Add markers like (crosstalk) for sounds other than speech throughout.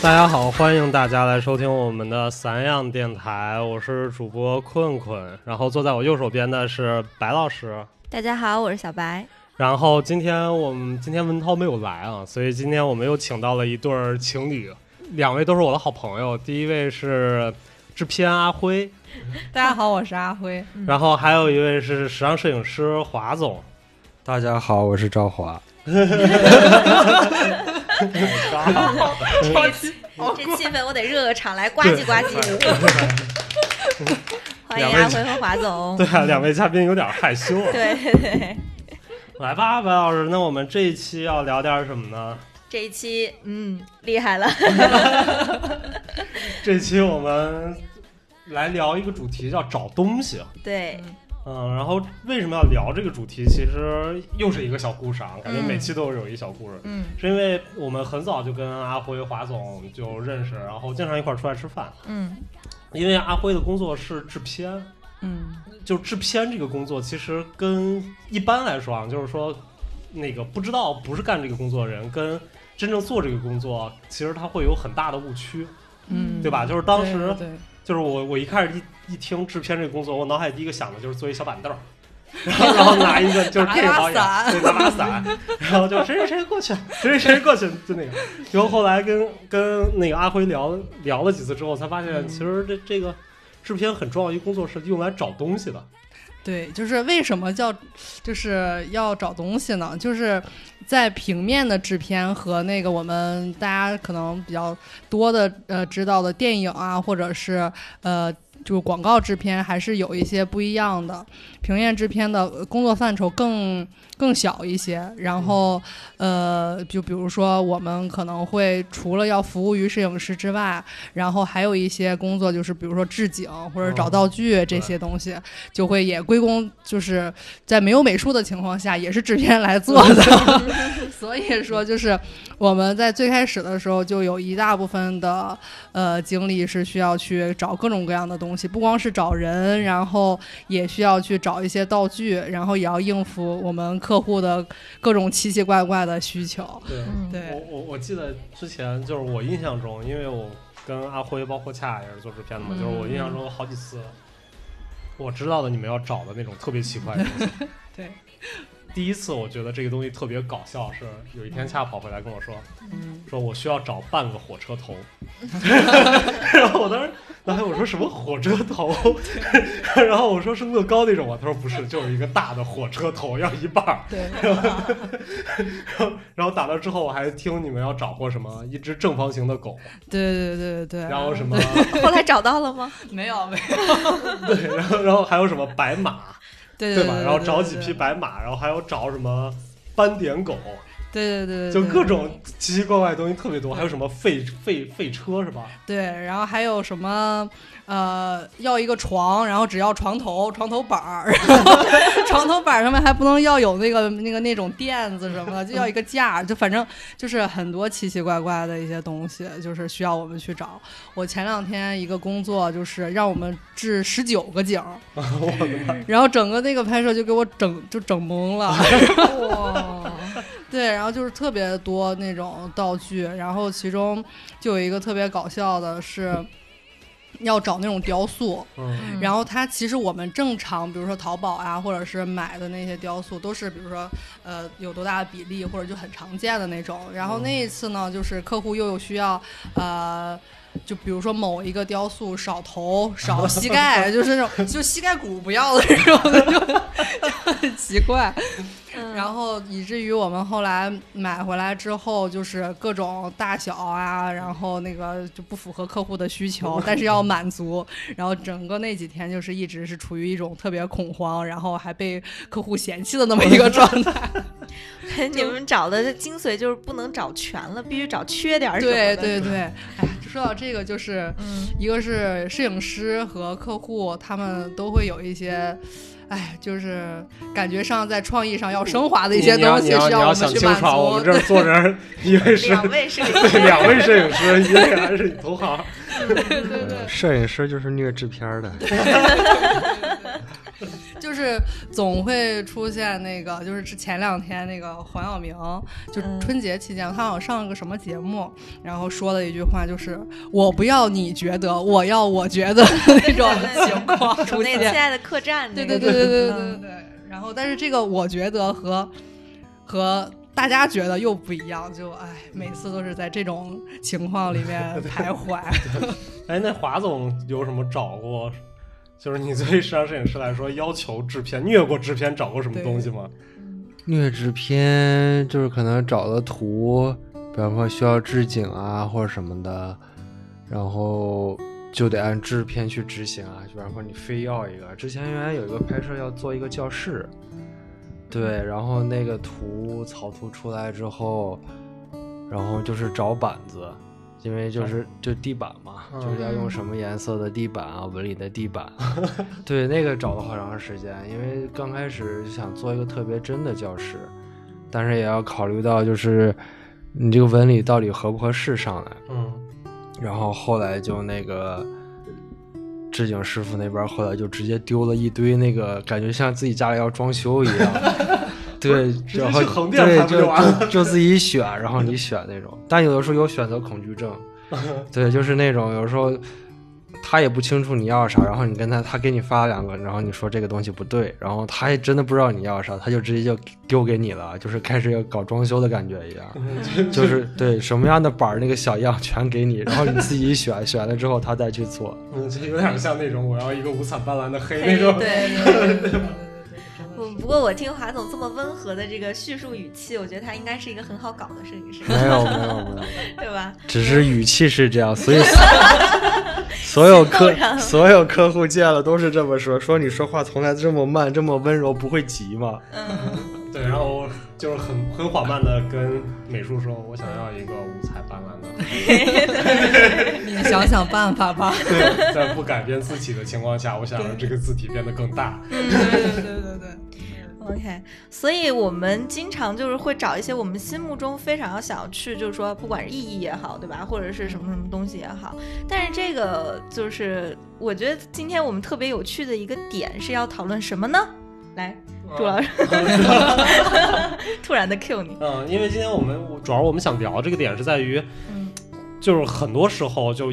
大家好，欢迎大家来收听我们的散养电台，我是主播困困，然后坐在我右手边的是白老师，大家好，我是小白。然后今天我们今天文涛没有来啊，所以今天我们又请到了一对儿情侣，两位都是我的好朋友，第一位是制片阿辉，大家好，我是阿辉。嗯然后还有一位是时尚摄影师华总，大家好，我是赵华。这气氛我得热个场来呱唧呱 (laughs) (laughs) 唧。欢迎阿辉和华总。对啊，两位嘉宾有点害羞、啊， (laughs) 对对对，来吧，白老师，那我们这一期要聊点什么呢？这一期嗯厉害了，这期我们来聊一个主题，叫找东西。对嗯，然后为什么要聊这个主题？其实又是一个小故事啊，感觉每期都有一小故事。嗯是因为我们很早就跟阿辉、华总就认识，然后经常一块儿出来吃饭。嗯因为阿辉的工作是制片，嗯就制片这个工作，其实跟一般来说啊，就是说那个不知道不是干这个工作的人跟真正做这个工作，其实他会有很大的误区，嗯，对吧？就是当对时对对就是我我一开始一一听制片这个工作，我脑海第一个想的就是做一小板凳儿， (laughs) 然后然后拿一个就是这个导演拿把对拿把伞，然后就谁谁谁过去，谁谁谁过去，就那个。然后后来跟跟那个阿辉聊聊了几次之后，才发现其实这这个制片很重要一个工作是用来找东西的，对，就是为什么叫就是要找东西呢？就是在平面的制片和那个我们大家可能比较多的呃知道的电影啊，或者是呃。就是广告制片还是有一些不一样的，平面制片的呃工作范畴更更小一些。然后，呃，就比如说我们可能会除了要服务于摄影师之外，然后还有一些工作就是比如说置景或者找哦道具对这些东西。就会也归功，就是在没有美术的情况下，也是制片来做 (laughs) 的。所以说，就是我们在最开始的时候，就有一大部分的呃精力是需要去找各种各样的东西，不光是找人，然后也需要去找一些道具，然后也要应付我们客户的各种奇奇怪怪的需求。对。嗯对，我我我记得之前就是我印象中，因为我跟阿辉包括恰也是做制片的嘛，嗯就是我印象中好几次，我知道的你们要找的那种特别奇怪的东西。对，第一次我觉得这个东西特别搞笑，是有一天恰跑回来跟我说，嗯说我需要找半个火车 (laughs) 头，然后我当时。然后我说什么火车头， (laughs) 然后我说是乐高那种吗？他说不是，就是一个大的火车头，要一半儿。对，然后打到之后，我还听你们要找过什么一只正方形的狗，对对对对。然后什 (laughs) 么嗯后来找到了吗？没有没有，对，然后然后还有什么白马，对对对吧？然后找几匹，白马，然后还有找什么斑点狗，对对对对，就对各种奇奇怪怪的东西特别多，还有什么废废废车是吧？对，然后还有什么呃，要一个床，然后只要床头、床头板儿， (laughs) 然后床头板儿上面还不能要有那个那个那种垫子什么的，就要一个架儿，就反正就是很多奇奇怪怪的一些东西，就是需要我们去找。我前两天一个工作就是让我们制十九个景儿，我的妈！然后整个那个拍摄就给我整就整懵了。哇，对，然后就是特别多那种道具，然后其中就有一个特别搞笑的是，要找那种雕塑，嗯然后它其实我们正常，比如说淘宝啊，或者是买的那些雕塑，都是比如说呃有多大的比例，或者就很常见的那种。然后那一次呢，就是客户又有需要，呃。就比如说某一个雕塑少头少膝盖，就是那种就膝盖骨不要的那种的，就 (laughs) 就很奇怪。嗯然后以至于我们后来买回来之后，就是各种大小啊，然后那个就不符合客户的需求，但是要满足。然后整个那几天就是一直是处于一种特别恐慌，然后还被客户嫌弃的那么一个状态。你们找的精髓就是不能找全了，必须找缺点儿什么对的。对对，哎，说到这个，就是嗯，一个是摄影师和客户，他们都会有一些。哎，就是感觉上在创意上要升华的一些你要东你西，要需你要我想们去清满楚啊，我 (laughs) 足 (laughs) 们这。儿坐着一位是两位是对两位摄影师，一位还是同行，对对对呃，摄影师就是虐制片儿的，就是总会出现那个，就是之前两天那个黄晓明，就嗯春节期间，他好像上了个什么节目，然后说了一句话，就是我不要你觉得，我要我觉 (laughs) 得那种情况我出 (laughs) 那个亲现。爱的客栈那对个，对对对对对对嗯对。然后，但是这个我觉得和和大家觉得又不一样，就哎，每次都是在这种情况里面徘 (laughs) 徊。哎，那华总有什么找过？就是你对时尚摄影师来说，要求制片越过制片找过什么东西吗？虐制片就是可能找的图，比方说需要置景啊或者什么的，然后就得按制片去执行啊。比方说你非要一个，之前原来有一个拍摄要做一个教室，对，然后那个图草图出来之后，然后就是找板子。因为就是就地板嘛，嗯就是要用什么颜色的地板啊，纹理的地板，啊 (laughs) 对，那个找了好长时间，因为刚开始想做一个特别真的教室，但是也要考虑到就是你这个纹理到底合不合适上来。嗯，然后后来就那个置景师傅那边后来就直接丢了一堆那个，感觉像自己家里要装修一 (laughs) 样。对，直接然后去横店对拍不就完了就就就自己选，然后你选那种。但有的时候有选择恐惧症，嗯对，就是那种有时候他也不清楚你要啥，然后你跟他他给你发两个，然后你说这个东西不对，然后他也真的不知道你要啥，他就直接就丢给你了，就是开始要搞装修的感觉嗯一样。就是对什么样的板儿，那个小样全给你，然后你自己选，选了之后他再去做。嗯，这有点像那种我要一个五彩斑斓的黑黑那种。对 (laughs) 对对对对不不过我听华总这么温和的这个叙述语气，我觉得他应该是一个很好搞的摄影师，(laughs) (laughs) 没有没有没有，对吧？只是语气是这样，所 (laughs) 以所有行动客上所有客户见了都是这么说，说你说话从来这么慢，这么温柔，不会急 (laughs) 吗？嗯，对，然后我就是很很缓慢的跟美术说，我想要一个五彩斑斓的。你想想办法吧。对，在不改变字体的情况下，我想让这个字体变得更大。对对对对对。 OK，所以我们经常就是会找一些我们心目中非常想要去，就是说不管是意义也好，对吧，或者是什么什么东西也好，但是这个就是我觉得今天我们特别有趣的一个点是要讨论什么呢？来，哦朱老师， (laughs) 突然的 Q 你，嗯，因为今天我们我主要我们想聊这个点是在于，嗯就是很多时候就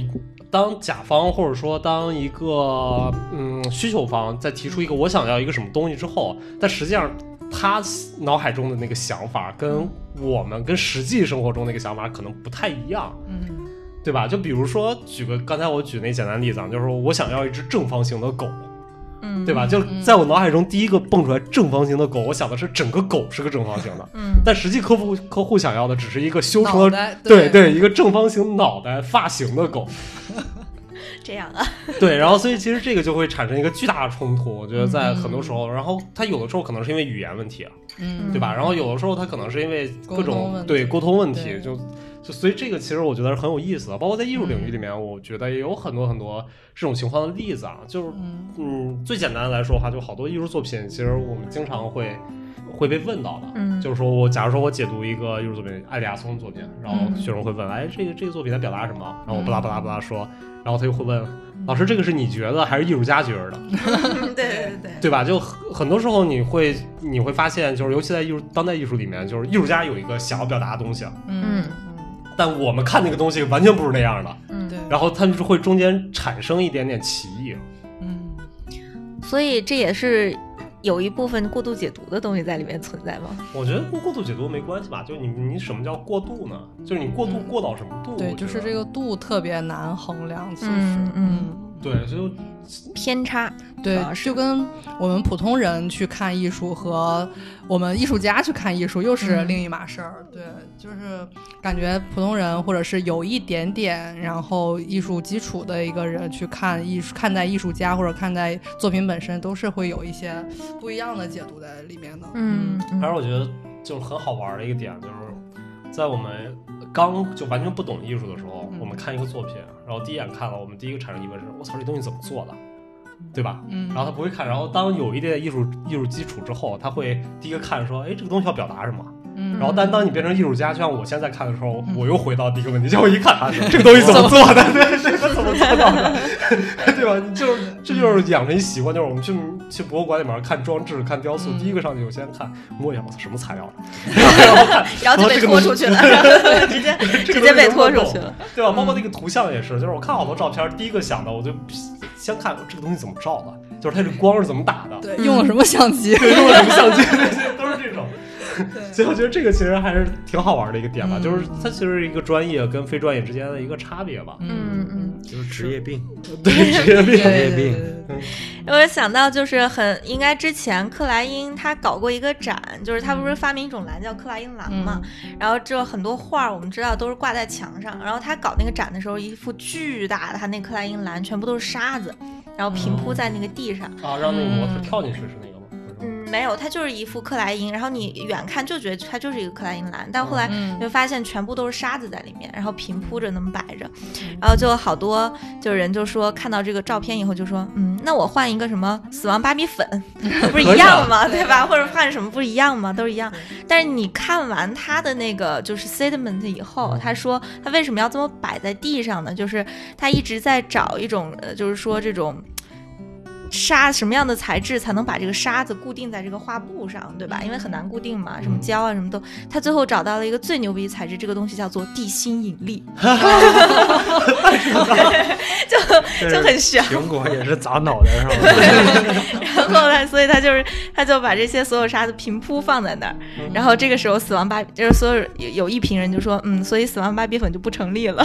当甲方或者说当一个嗯需求方在提出一个我想要一个什么东西之后，但实际上他脑海中的那个想法跟我们跟实际生活中那个想法可能不太一样。嗯对吧？就比如说，举个刚才我举那简单例子啊，就是说我想要一只正方形的狗，嗯，对吧？就在我脑海中第一个蹦出来正方形的狗，我想的是整个狗是个正方形的，嗯，但实际客户客户想要的只是一个修成脑了袋对对对一个正方形脑袋发型的狗，这样 (laughs) 啊，对，然后所以其实这个就会产生一个巨大的冲突，我觉得在很多时候，然后它有的时候可能是因为语言问题，啊嗯对吧？然后有的时候它可能是因为各沟通问种题对沟通问题，对就就所以这个其实我觉得是很有意思的，包括在艺术嗯领域里面，我觉得也有很多很多这种情况的例子啊，就是嗯嗯，最简单的来说的话，就好多艺术作品，其实我们经常会会被问到的，嗯就是说我假如说我解读一个艺术作品，艾利亚松的作品，然后嗯学生会问，哎，这个这个作品在表达什么？然后我巴拉嗯巴拉巴拉说，然后他就会问老师，这个是你觉得还是艺术家觉得的？对对对对吧？就很很多时候你会你会发现，就是尤其在艺术当代艺术里面，就是艺术家有一个想要表达的东西，啊嗯但我们看那个东西完全不是那样的，嗯对，然后他们就会中间产生一点点歧义。嗯所以这也是有一部分过度解读的东西在里面存在吗？我觉得跟过度解读没关系吧，就是你你什么叫过度呢？就是你过度嗯过到什么度？对，我觉得就是这。个度特别难衡量，其实嗯嗯嗯对，所以偏差，对主要，是就跟我们普通人去看艺术和我们艺术家去看艺术又是嗯另一码事儿。对，就是感觉普通人或者是有一点点然后艺术基础的一个人去看艺术、看待艺术家或者看待作品本身，都是会有一些不一样的解读在里面的。嗯嗯反正我觉得就是很好玩的一个点，就是在我们刚就完全不懂艺术的时候，嗯我们看一个作品，然后第一眼看了，我们第一个产生疑问是：我操，这东西怎么做的？对吧？嗯，然后他不会看，然后当有一定的艺术艺术基础之后，他会第一个看说，哎，这个东西要表达什么？嗯然后，但当你变成艺术家，就像我现在看的时候，嗯我又回到第一个问题，就我一看啊这个东西怎么做的，对，这个怎么做到 (laughs) 的， (laughs) 对吧？你就是这就是养成一习惯，就是我们去去博物馆里面看装置、看雕塑，嗯第一个上去我先看摸一下，我操，什么材料？啊然后就被拖出去了， (laughs) 直接 (laughs) 这个直接被拖出去了。嗯对吧？包括那个图像也是，就是我看好多照片，第一个想到我就先看这个东西怎么照的，就是它这光是怎么打的，对，嗯用了什么相机？对，用了什么相机， (laughs) 那些都是这种。 (laughs) 所以我觉得这个其实还是挺好玩的一个点吧，嗯就是它其实是一个专业跟非专业之间的一个差别吧。嗯嗯，就是职业病， (laughs) 对，职 (laughs) 业病。对业对病对对我想到就是很应该之前克莱因他搞过一个展，就是他不是发明一种蓝叫克莱因蓝嘛，然后就很多画儿我们知道都是挂在墙上，然后他搞那个展的时候，一幅巨大的他那克莱因蓝全部都是沙子，然后平铺在那个地上。啊，让那个模特跳进去是那个吗？不是嗯，没有，它就是一幅克莱因，然后你远看就觉得它就是一个克莱因蓝，但后来嗯就发现全部都是沙子在里面，然后平铺着那么摆着，然后就好多就人就说看到这个照片以后就说，嗯，那我换一个什么死亡芭比粉，不是一样吗？对吧？或者换什么不是一样吗？都是一样。但是你看完他的那个就是 statement 以后，他说他为什么要这么摆在地上呢？就是他一直在找一种，呃，就是说这种。沙什么样的材质才能把这个沙子固定在这个画布上，对吧？因为很难固定嘛，什么胶啊，什么都。他最后找到了一个最牛逼的材质，这个东西叫做地心引力， (laughs) 就就很玄苹果也是砸脑袋上了。 (laughs) 然后呢，所以他就是他就把这些所有沙子平铺放在那儿，然后这个时候死亡芭就是所有有有一批人就说，嗯，所以死亡芭比粉就不成立了，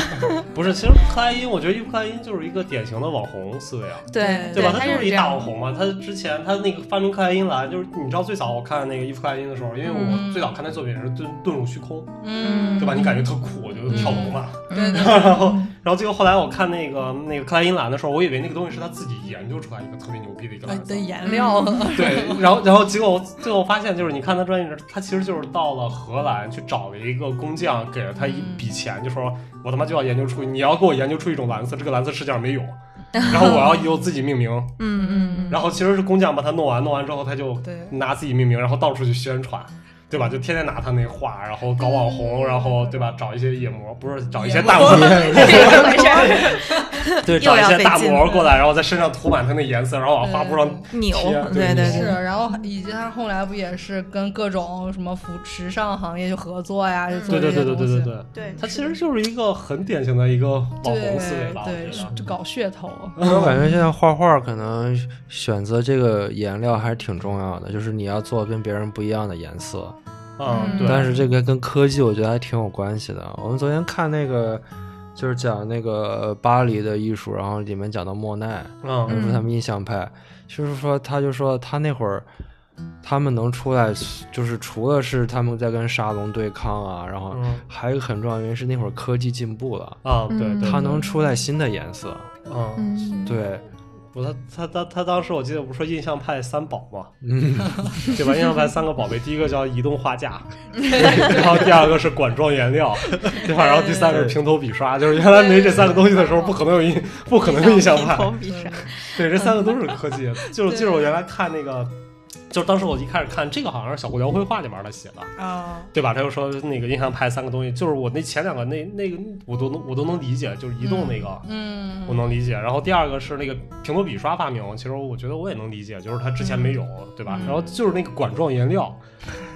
不是，其实克莱因，我觉得伊夫克莱因就是一个典型的网红思维啊，对对吧？他他就是是一这大样网，红嘛。他之前他那个发明克莱因蓝，就是你知道最早我看那个伊夫克莱因的时候，因为我嗯最早看他作品是《遁遁入虚空》，嗯，对吧？你感觉特酷，我就跳楼嘛。对对然后，然后结果后来我看那个那个克莱因蓝的时候，我以为那个东西是他自己研究出来一个特别牛逼的一个呃蓝色的。嗯颜料，对，然后然后结果我最后发现，就是你看他专业人，他其实就是到了荷兰去找了一个工匠，给了他一笔钱，就说我他妈就要研究出，你要给我研究出一种蓝色，这个蓝色世界上没有，然后我要由自己命名。嗯嗯然后其实是工匠把它弄完，弄完之后他就对拿自己命名，然后到处去宣传。对吧？就天天拿他那画，然后搞网红，然后对吧？找一些野模，不是找一些大模，嗯，这个回事儿， (laughs) 对，又找一要些费大劲模过来，然后在身上涂满它那颜色，然后往画布上牛贴，对对牛是，然后以及他后来不也是跟各种什么服时尚行业就合作呀，就做对这对些对东对西，对对对，对它其实就是一个很典型的一个网红思维吧，我对觉得。就搞噱头，我感觉现在画画可能选择这个颜料还是挺重要的，就是你要做跟别人不一样的颜色。嗯，对。但是这个跟科技我觉得还挺有关系的。我们昨天看那个，就是讲那个呃巴黎的艺术，然后里面讲到莫奈，嗯就是说他们印象派，就是说他就说他那会儿。他们能出来，就是除了是他们在跟沙龙对抗啊，然后嗯还有一个很重要的原因是那会儿科技进步了，啊，对对，它能出来新的颜色。嗯，嗯，对，我他他他他当时我记得不是说印象派三宝嘛，嗯 (laughs) 对吧？印象派三个宝贝，第一个叫移动画 (laughs) 架，然后第二个是管状颜料，对吧？然后第三个是平头笔刷，就是原来没这三个东西的时候，不可能有印，不可能有印象派。比啥？ (laughs) 对，这三个都是科技。就是就是我原来看那个，就是当时我一开始看这个，好像是小顾聊绘画里面他写的，啊，对吧？他又说那个印象派三个东西，就是我那前两个那那个我都能我都能理解，就是移动那个。嗯我能理解，然后第二个是那个平头笔刷发明，其实我觉得我也能理解，就是它之前没有，对吧？然后就是那个管状颜料，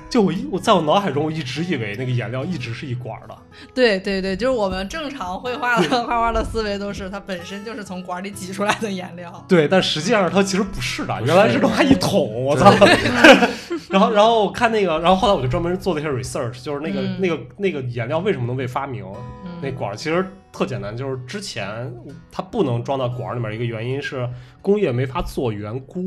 就我一我在我脑海中我一直以为那个颜料一直是一管儿的，对对对，就是我们正常绘画的画画的思维都是，它本身就是从管里挤出来的颜料。 (laughs) 对，但实际上它其实不是的，不是原来是他妈一桶，我操！ (laughs) 然后，然后我看那个，然后后来我就专门做了一些 research，就是那个、嗯那个那个颜料为什么能被发明？那嗯管儿其实特简单，就是之前它不能装到管儿里面，一个原因是工业没法做圆箍，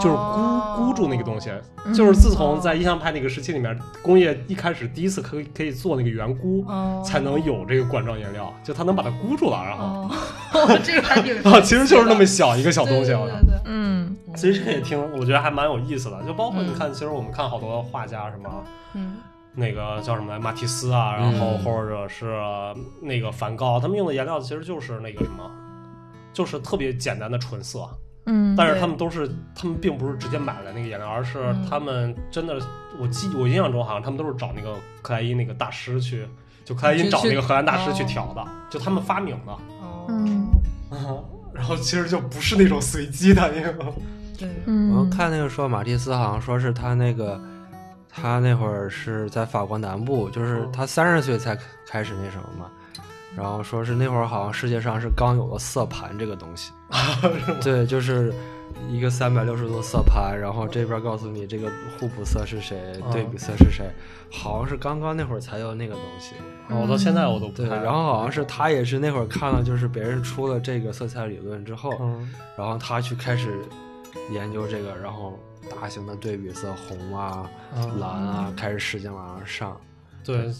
就是哦箍箍住那个东西。嗯就是自从在印象派那个时期里面，工业一开始第一次可以可以做那个圆箍，哦，才能有这个管状颜料，就它能把它箍住了，然后。哦， (laughs) 这 (laughs) 个还挺神奇的啊啊，其实就是那么小一个小东西，啊对我对操！对对嗯其实这也挺，我觉得还蛮有意思的。就包括你嗯看，其实我们看好多画家，什么嗯那个叫什么来，马蒂斯啊，然后嗯或者是那个梵高，他们用的颜料其实就是那个什么，就是特别简单的纯色，嗯，但是他们都是，他们并不是直接买了那个颜料，而是嗯他们真的，我记我印象中好像他们都是找那个克莱因那个大师去，就克莱因去找那个去荷兰大师去哦调的，就他们发明的。哦，嗯然后其实就不是那种随机的，因为对，嗯，我看那个说马蒂斯好像说是他那个，他那会儿是在法国南部，就是嗯他三十岁才开始那什么嘛，然后说是那会儿好像世界上是刚有了色盘这个东 (laughs) 西，啊对，就是一个三百六十度色盘，然后这边告诉你这个互补色是谁，嗯对比色是谁，好像是刚刚那会儿才有那个东西，我到现在我都不对，太然后好像是他也是那会儿看了就是别人出了这个色彩理论之后，嗯然后他去开始研究这个，然后大型的对比色红啊、嗯蓝啊，开始使劲往上上。对，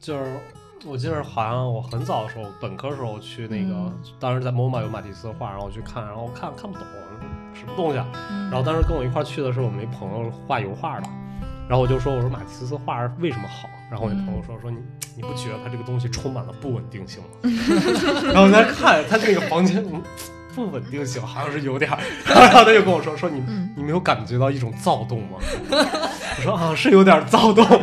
就是我记得好像我很早的时候，本科时候去那个，嗯当时在某马有马蒂斯的画，然后我去看，然后看看不懂什么东西啊，嗯然后当时跟我一块儿去的是我们一朋友画油画的，然后我就说我说马蒂斯画为什么好？然后我那朋友说说你你不觉得他这个东西充满了不稳定性吗？ (laughs) 然后我在看他这个房间。嗯不稳定性好像是有点儿， (laughs) 然后他就跟我说说你嗯你没有感觉到一种躁动吗？我说啊是有点躁动， (laughs)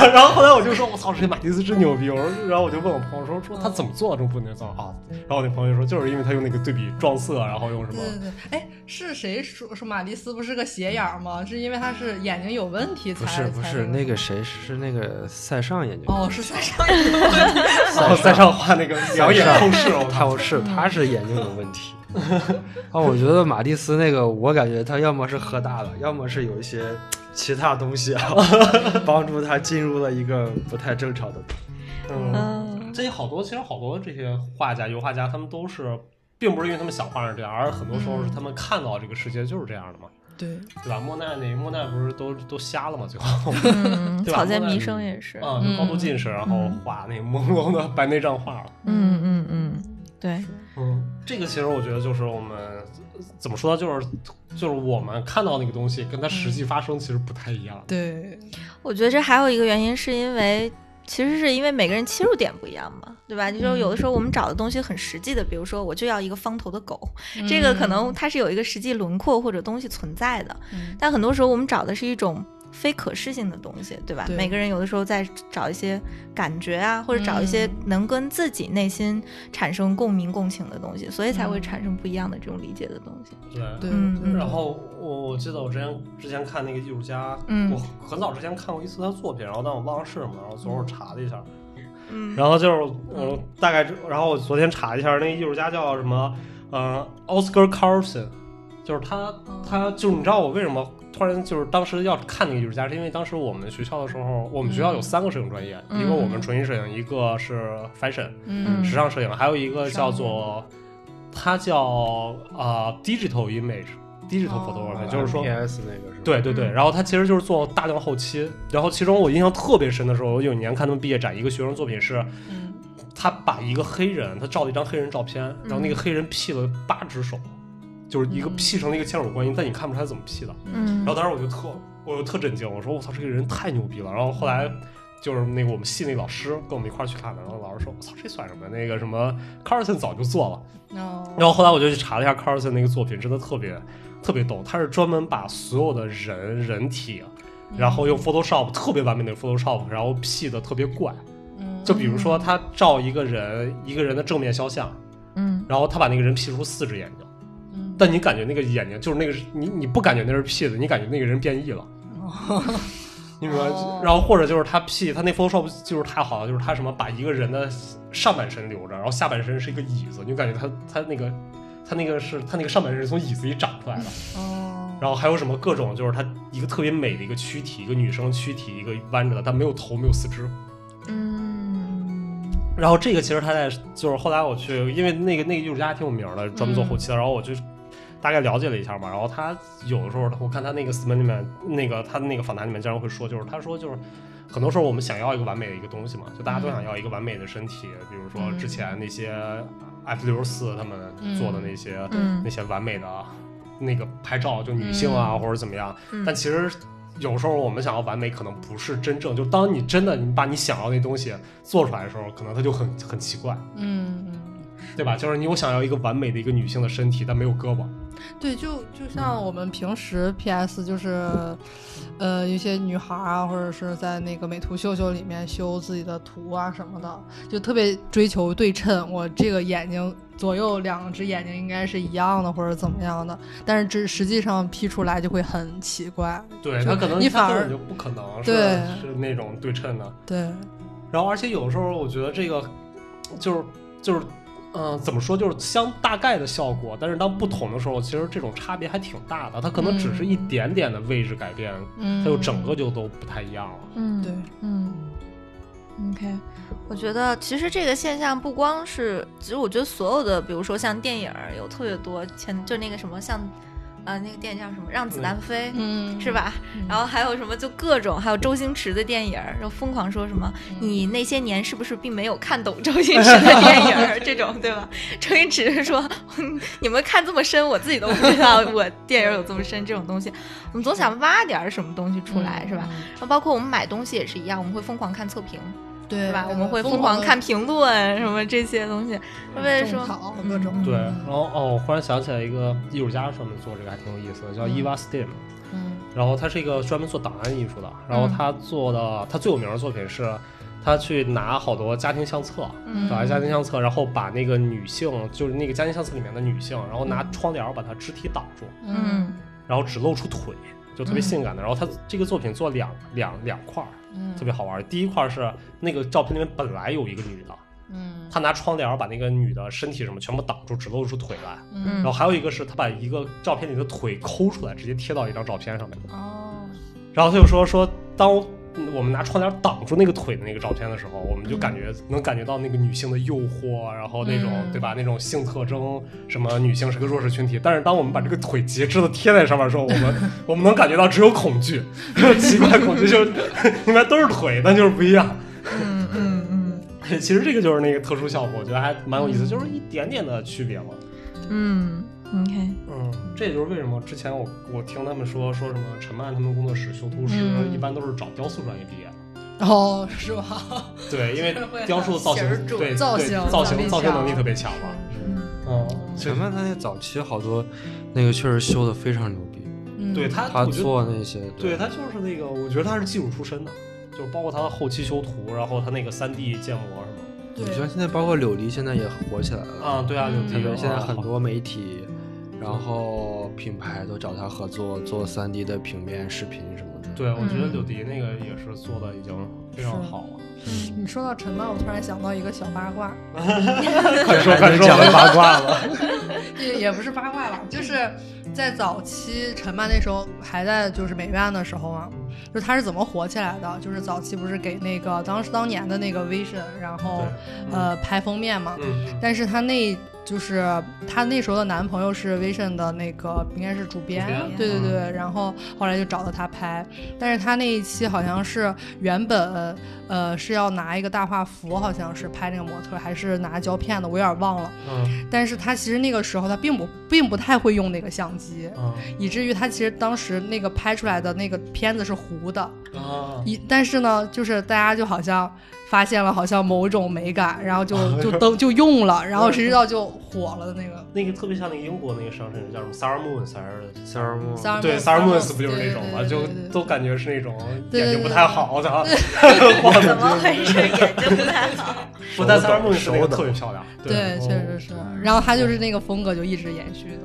然后后来我就说我操，这马蒂斯真牛逼！我说，然后我就问我朋友说说他怎么做到这种不稳定性啊？然后我那朋友就说就是因为他用那个对比撞色，啊然后用什么对对对，哎，是谁说说玛丽斯不是个斜眼儿吗？是因为他是眼睛有问题才嗯不是不才是，那个个谁是那个塞尚研究员哦，是在上哦然后在上画那个两眼透视， (laughs) 我他操！不是他是眼睛有问 (laughs) 题。啊，我觉得马蒂斯那个，我感觉他要么是喝大了，要么是有一些其他东西 (laughs) 啊，帮助他进入了一个不太正常的。嗯，嗯这些好多其实好多这些画家、油画家，他们都是，并不是因为他们想画成这样，而很多时候是他们看到这个世界就是这样的嘛， (laughs) 对，对吧？莫奈那莫奈不是都都瞎了嘛，最后。(laughs) 嗯，对吧草间弥生也是，啊，就高度近视，然后画那个朦胧的白内障画了。嗯嗯嗯，对，嗯，这个其实我觉得就是我们呃怎么说呢，就是就是我们看到那个东西跟它实际发生其实不太一样。对，我觉得这还有一个原因，是因为其实是因为每个人切入点不一样嘛，对吧？你说有的时候我们找的东西很实际的，比如说我就要一个方头的狗，这个可能它是有一个实际轮廓或者东西存在的，嗯但很多时候我们找的是一种。非可视性的东西，对吧？对每个人有的时候在找一些感觉啊，或者找一些嗯能跟自己内心产生共鸣、共情的东西，所以才会产生不一样的这种理解的东西。对。对，嗯对然后我我记得我之前之前看那个艺术家，嗯我很早之前看过一次他作品，然后但我忘了是什么，然后昨儿我查了一下，嗯，然后就是我大概知，然后我昨天查一下，那个艺术家叫什么？呃，Oscar Carlson，就是他，他就是你知道我为什么突然就是当时要看那个艺术家，是因为当时我们学校的时候，我们学校有三个摄影专业，嗯一个我们纯艺摄影，一个是 fashion 嗯时尚摄影，还有一个叫做它叫啊、呃 digital image digital 哦 photography，、就是说啊 P S 那个是吧？对对对，嗯然后他其实就是做大量后期，然后其中我印象特别深的时候，我有一年看他们毕业展，一个学生作品是嗯他把一个黑人，他照了一张黑人照片，然后那个黑人 P 了八只手，就是一个嗯 P 成了一个千手观音，但你看不出来怎么 P 的。嗯然后当时我就特，我就特震惊，我说我操，这个人太牛逼了。然后后来就是那个我们系那老师跟我们一块儿去看的，然后老师说，我操，这算什么？那个什么 Carson 早就做了。哦，然后后来我就去查了一下 Carson 那个作品，真的特别特别逗，他是专门把所有的人人体。然后用 Photoshop 特别完美的 Photoshop，然后 P 的特别怪，嗯就比如说他照一个人一个人的正面肖像，嗯然后他把那个人 P 出四只眼睛，嗯但你感觉那个眼睛就是那个是你你不感觉那是 P 的，你感觉那个人变异了。你明白哦？然后或者就是他 P 他那 Photoshop 就是太好了，就是他什么把一个人的上半身留着，然后下半身是一个椅子，你就感觉他他那个他那个是他那个上半身是从椅子里长出来的。哦，然后还有什么各种就是他一个特别美的一个躯体，一个女生躯体，一个弯着的，但没有头没有四肢。嗯然后这个其实他在就是后来我去，因为那个那个艺术家还挺有名的，专门做后期的，然后我就大概了解了一下嘛。然后他有的时候，我看他那个 s m a 里面那个他那个访谈里面经常会说，就是他说就是很多时候我们想要一个完美的一个东西嘛，就大家都想要一个完美的身体，比如说之前那些 F 六十四他们做的那些、嗯那些完美的啊那个拍照，就女性啊、或者怎么样，嗯但其实有时候我们想要完美，可能不是真正。就当你真的你把你想要那东西做出来的时候，可能它就很很奇怪。嗯嗯对吧？就是你我想要一个完美的一个女性的身体，但没有胳膊，对，就就像我们平时 PS 就是，呃，一些女孩儿啊，或者是在那个美图秀秀里面修自己的图啊什么的，就特别追求对称。我这个眼睛左右两只眼睛应该是一样的，或者怎么样的，但是这实际上 P 出来就会很奇怪。对是他可能你他反根而本就不可能是对是那种对称的。对，然后而且有的时候我觉得这个就是就是嗯、呃怎么说就是相大概的效果，但是当不同的时候，其实这种差别还挺大的。它可能只是一点点的位置改变，嗯，它就整个就都不太一样了。嗯对，嗯，OK，我觉得其实这个现象不光是，其实我觉得所有的，比如说像电影儿有特别多，前就那个什么像，呃，那个电影叫什么《让子弹飞》。嗯是？吧？然后还有什么就各种，还有周星驰的电影儿，就疯狂说什么嗯你那些年是不是并没有看懂周星驰的电影 (laughs) 儿这种，对吧？周星驰说哼你们看这么深，我自己都不知道我电影儿有这么深这种东西，我们总想挖点儿什么东西出来，嗯是吧？？那包括我们买东西也是一样，我们会疯狂看测评，对对吧？我们会疯疯狂地看评论，什么这些东西。为种说，草各种对，嗯然后哦，我忽然想起来一个艺术家专门做这个还挺有意思的，叫嗯 Eva Steam，嗯然后他是一个专门做档案艺术的，然后他做的他最有名的作品是，他去拿好多家庭相册，嗯找一家庭相册，然后把那个女性，就是那个家庭相册里面的女性，然后嗯拿窗帘儿把她肢体挡住，嗯然后只露出腿，就特别性感的。然后他这个作品做两两两块儿，嗯，特别好玩儿。第一块儿是那个照片里面本来有一个女的，嗯他拿窗帘儿把那个女的身体什么全部挡住，只露出腿来。嗯然后还有一个是他把一个照片里的腿抠出来，直接贴到一张照片上面。哦，然后他就说说，当我们拿窗帘挡住那个腿的那个照片的时候，我们就感嗯觉、能感觉到那个女性的诱惑，然后那种、嗯对吧？那种性特征，什么女性是个弱势群体。但是当我们把这个腿截肢的贴在上面的时候，我 (laughs) 们我们能感觉到只有恐惧，奇怪恐 (laughs) 惧就是应该都是腿，但就是不一样。嗯嗯嗯其实这个就是那个特殊效果，我觉得还蛮有意思，就是一点点的区别嘛。嗯，OK，嗯，这也就是为什么之前我我听他们说说什么陈曼他们工作室修图师、嗯一般都是找雕塑专业毕业的。哦，是吧？对，因为就是 (laughs) 会雕塑造型很形儿重对造对型造能型力造型能力强特别强嘛。嗯，前面他那早期好多那个确实修的非常牛逼，嗯对他，他我觉得做那些对他就是那个，我觉得他是技术出身的，就包括他的后期修图，然后他那个三 D 建模什么你对像现在包括柳黎现在也火起来了的。啊，，对啊，嗯有特这别个现在很多媒体，然后品牌都找他合作做三 D 的平面视频什么的。对，我觉得嗯柳迪那个也是做的已经非常是好了。 (laughs) 你说到陈曼，我突然想到一个小八卦，快 (laughs) 说快说，讲我们八卦了。 (laughs) 也也不是八卦吧，就是在早期陈曼那时候还在就是美院的时候嘛，就是她是怎么火起来的？就是早期不是给那个当时当年的那个 Vision，然后对呃拍封面嘛，嗯， (laughs) 嗯但是她那就是她那时候的男朋友是 Vision 的那个应该是主编主编，嗯对对对，然后后来就找到她拍，但是她那一期好像是原本呃是要拿一个大画幅，好像是拍那个模特，还是拿胶片的，我有点忘了。嗯但是她其实那个时候她并不并不太会用那个相机。嗯以至于她其实当时那个拍出来的那个片子是糊的，啊，一但是呢，就是大家就好像发现了好像某种美感，然 (laughs) 后就哎就都就用了，然后谁知道就火了的那个。那个特别像那个英国那个商人叫什么 Sarah Moon 三儿。三儿木萨尔对莫，Sarah 莫 Moon 不就是那种吗？对对就对对都感觉是那种对对眼睛不对太对好 (laughs) 的，怎么回事？眼睛不太好。不但三手儿梦抖是那手个抖特别漂亮，哦哦对，确实是。然后他就是那个风格就一直延续的。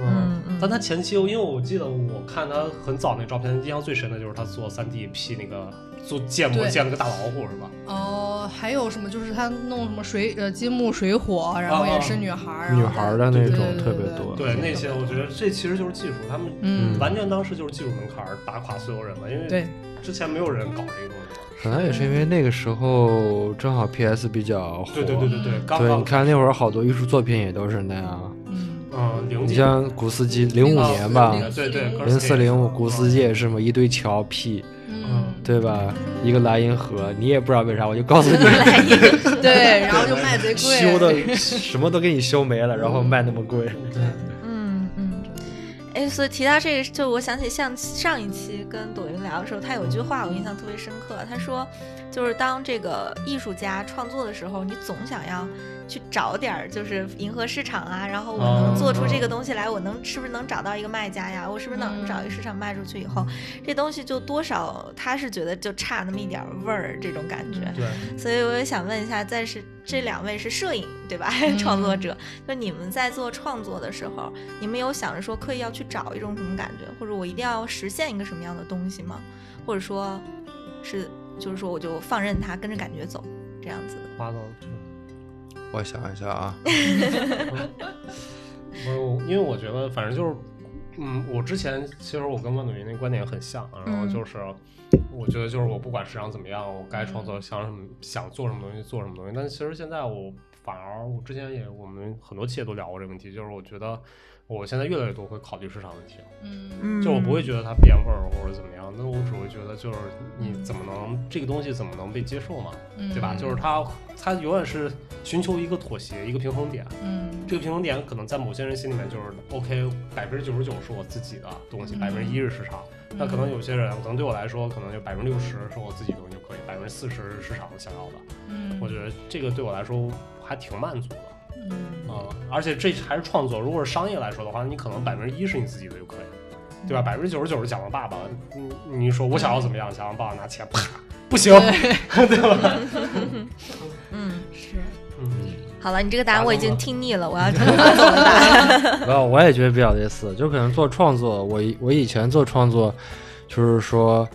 嗯。嗯但他前期，因为我记得我看他很早那照片，印象最深的就是他做三 D P 那个做建模对建了个大老虎是吧？哦，还有什么？就是他弄什么水呃金木水火，然后也是女孩儿，然后哦女孩儿的那对种对对特别对多。对，那些我觉得这其实就是技术，他们嗯，完全当时就是技术门槛儿打垮所有人了，因为对，之前没有人搞这个东西嘛。可能也是因为那个时候正好 PS 比较火。对对对对对，刚对，你刚看那会儿好多艺术作品也都是那样。嗯，嗯零你几像古斯基，零五啊年吧，对对嗯零零四零五，古斯基嗯也是嘛，一堆桥 P，嗯，对吧？一个蓝银河，你也不知道为啥，我就告诉你，对，然后就卖贼贵，嗯修的 (laughs) 什么都给你修没了，然后卖那么贵。嗯嗯，哎，所以提到这个，就我想起上上一期跟朵云聊的时候，他有一句话我印象特别深刻，他说，就是当这个艺术家创作的时候，你总想要去找点儿，就是迎合市场啊，然后我能做出这个东西来，我能是不是能找到一个卖家呀？我是不是能嗯找一个市场卖出去以后，这东西就多少他是觉得就差那么一点儿味儿这种感觉。嗯对，所以我也想问一下，在是这两位是摄影对吧？ (laughs) 创作者，就你们在做创作的时候，你们有想着说刻意要去找一种什么感觉，或者我一定要实现一个什么样的东西吗？或者说，是就是说我就放任它跟着感觉走这样子的？花总，我想一下啊，我因为我觉得反正就是，嗯，我之前其实我跟万朵云那观点很像啊，然后嗯就是。我觉得就是我不管市场怎么样，我该创作想什么想做什么东西做什么东西。但其实现在我反而我之前也我们很多期也都聊过这个问题，就是我觉得我现在越来越多会考虑市场问题了。嗯嗯，就我不会觉得它变味儿或者怎么样，那我只会觉得就是你怎么能这个东西怎么能被接受嘛，嗯对吧？就是它它永远是寻求一个妥协，一个平衡点。嗯这个平衡点可能在某些人心里面就是 OK，百分之九十九是我自己的东西，百分之嗯一是市场。那可能有些人，可能对我来说，可能就百分之六十是我自己的东西就可以，百分之四十是市场想要的。嗯，我觉得这个对我来说还挺满足的。嗯嗯，而且这还是创作。如果是商业来说的话，你可能百分之一是你自己的就可以，嗯对吧？百分之九十九是甲方爸爸，你你说我想要怎么样，甲方爸爸拿钱啪，不行，对吧？嗯，是嗯，好了，你这个答案我已经完了听腻 (laughs) 了，我要听懂了答案。然后我也觉得比较类似，就可能做创作，我以我以前做创作，就是说，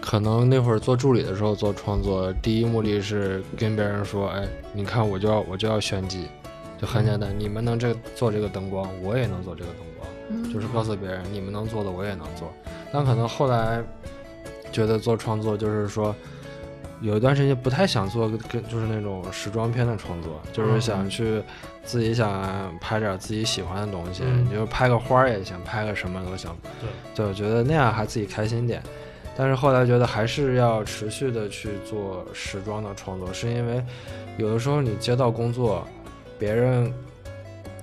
可能那会儿做助理的时候做创作，第一目的是跟别人说，哎，你看我就要我就要炫技，就很简单，你们能这做这个灯光，我也能做这个灯光。就是告诉别人你们能做的我也能做。但可能后来觉得做创作就是说，有一段时间不太想做跟就是那种时装片的创作，就是想去自己想拍点自己喜欢的东西，嗯你就拍个花儿也行，拍个什么都行。对，就觉得那样还自己开心点。但是后来觉得还是要持续的去做时装的创作，是因为有的时候你接到工作，别人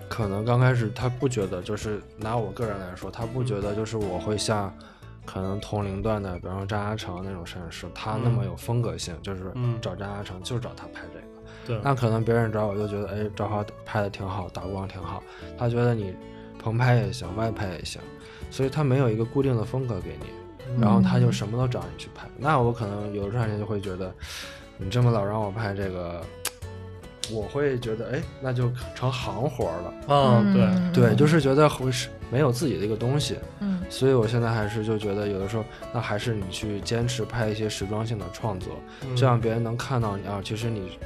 可能刚开始他不觉得，就是拿我个人来说，他不觉得就是我会像嗯可能同龄段的，比方说张嘉诚那种摄影师，他那么有风格性，就是嗯找张嘉诚就找他拍这个。对，那可能别人找我就觉得，哎，这号拍的挺好，打光挺好，他觉得你棚拍也行，外拍也行，所以他没有一个固定的风格给你，然后他就什么都找你去拍。那我可能有段时间就会觉得，你这么老让我拍这个，我会觉得，哎，那就成行活了。嗯，对，对，就是觉得会是没有自己的一个东西，嗯，所以我现在还是就觉得有的时候，那还是你去坚持拍一些时装性的创作，嗯这样别人能看到你啊，其实你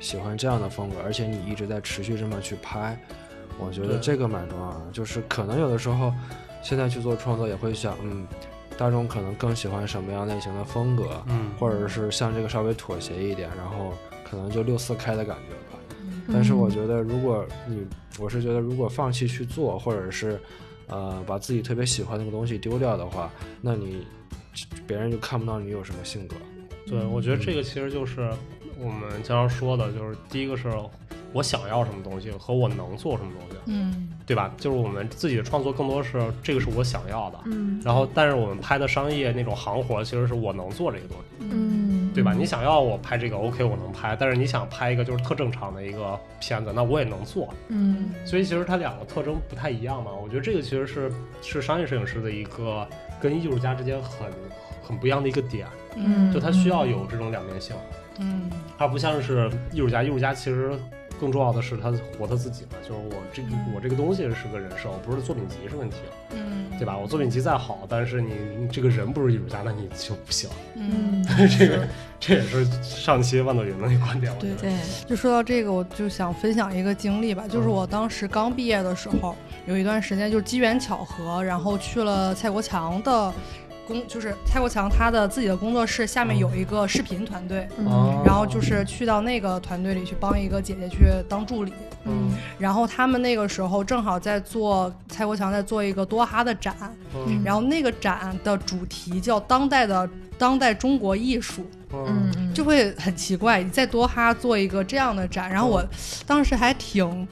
喜欢这样的风格，而且你一直在持续这么去拍，我觉得对这个蛮重要的。就是可能有的时候，现在去做创作也会想，嗯，大众可能更喜欢什么样类型的风格，嗯，或者是像这个稍微妥协一点，然后可能就六四开的感觉吧。但是嗯我觉得，如果你，我是觉得，如果放弃去做，或者是，呃，把自己特别喜欢那个东西丢掉的话，那你别人就看不到你有什么性格。对，我觉得这个其实就是我们经常说的，就是第一个是我想要什么东西和我能做什么东西，嗯对吧？就是我们自己的创作更多是这个是我想要的，嗯然后但是我们拍的商业那种行活其实是我能做这个东西。嗯，对吧？你想要我拍这个，OK，我能拍，但是你想拍一个就是特正常的一个片子，那我也能做。嗯所以其实它两个特征不太一样嘛。我觉得这个其实是是商业摄影师的一个跟艺术家之间很很不一样的一个点，嗯就它需要有这种两面性，嗯它不像是艺术家，艺术家其实。更重要的是，他活他自己嘛，就是我这个我这个东西是个人设，我不是作品集是问题，嗯对吧？我作品集再好，但是你你这个人不是艺术家，那你就不行。嗯。这个这也是上期万朵云的那个观点，我觉得。对，就说到这个，我就想分享一个经历吧，嗯就是我当时刚毕业的时候，有一段时间就是机缘巧合，然后去了蔡国强的工，就是蔡国强他的自己的工作室嗯下面有一个视频团队，哦嗯然后就是去到那个团队里去帮一个姐姐去当助理，嗯然后他们那个时候正好在做蔡国强在做一个多哈的展，嗯然后那个展的主题叫当代的当代中国艺术，嗯嗯就会很奇怪，你在多哈做一个这样的展，然后我当时还挺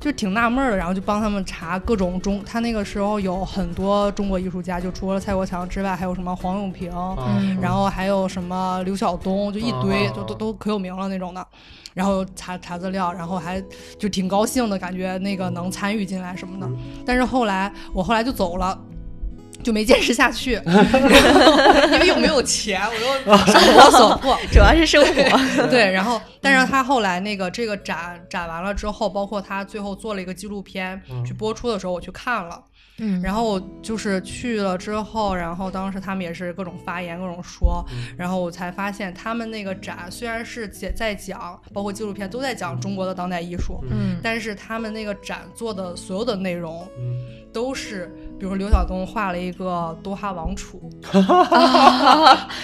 就挺纳闷儿的，然后就帮他们查各种中，他那个时候有很多中国艺术家，就除了蔡国强之外，还有什么黄永平，嗯然后还有什么刘晓东，就一堆，啊就都都可有名了那种的。然后查查资料，然后还就挺高兴的，感觉那个能参与进来什么嗯的。但是后来我后来就走了。就没坚持下 (laughs) 去，(laughs) 因为又没有钱，我又生活所迫。 (laughs) 主要是生活，对，然后，但是他后来那个这个展展完了之后，包括他最后做了一个纪录片、嗯去播出的时候，我去看了。 (laughs) 嗯然后我就是去了之后，然后当时他们也是各种发言，各种说，嗯然后我才发现他们那个展虽然是解在讲，包括纪录片都在讲中国的当代艺术，嗯但是他们那个展做的所有的内容嗯，都是，比如说刘晓东画了一个多哈王储，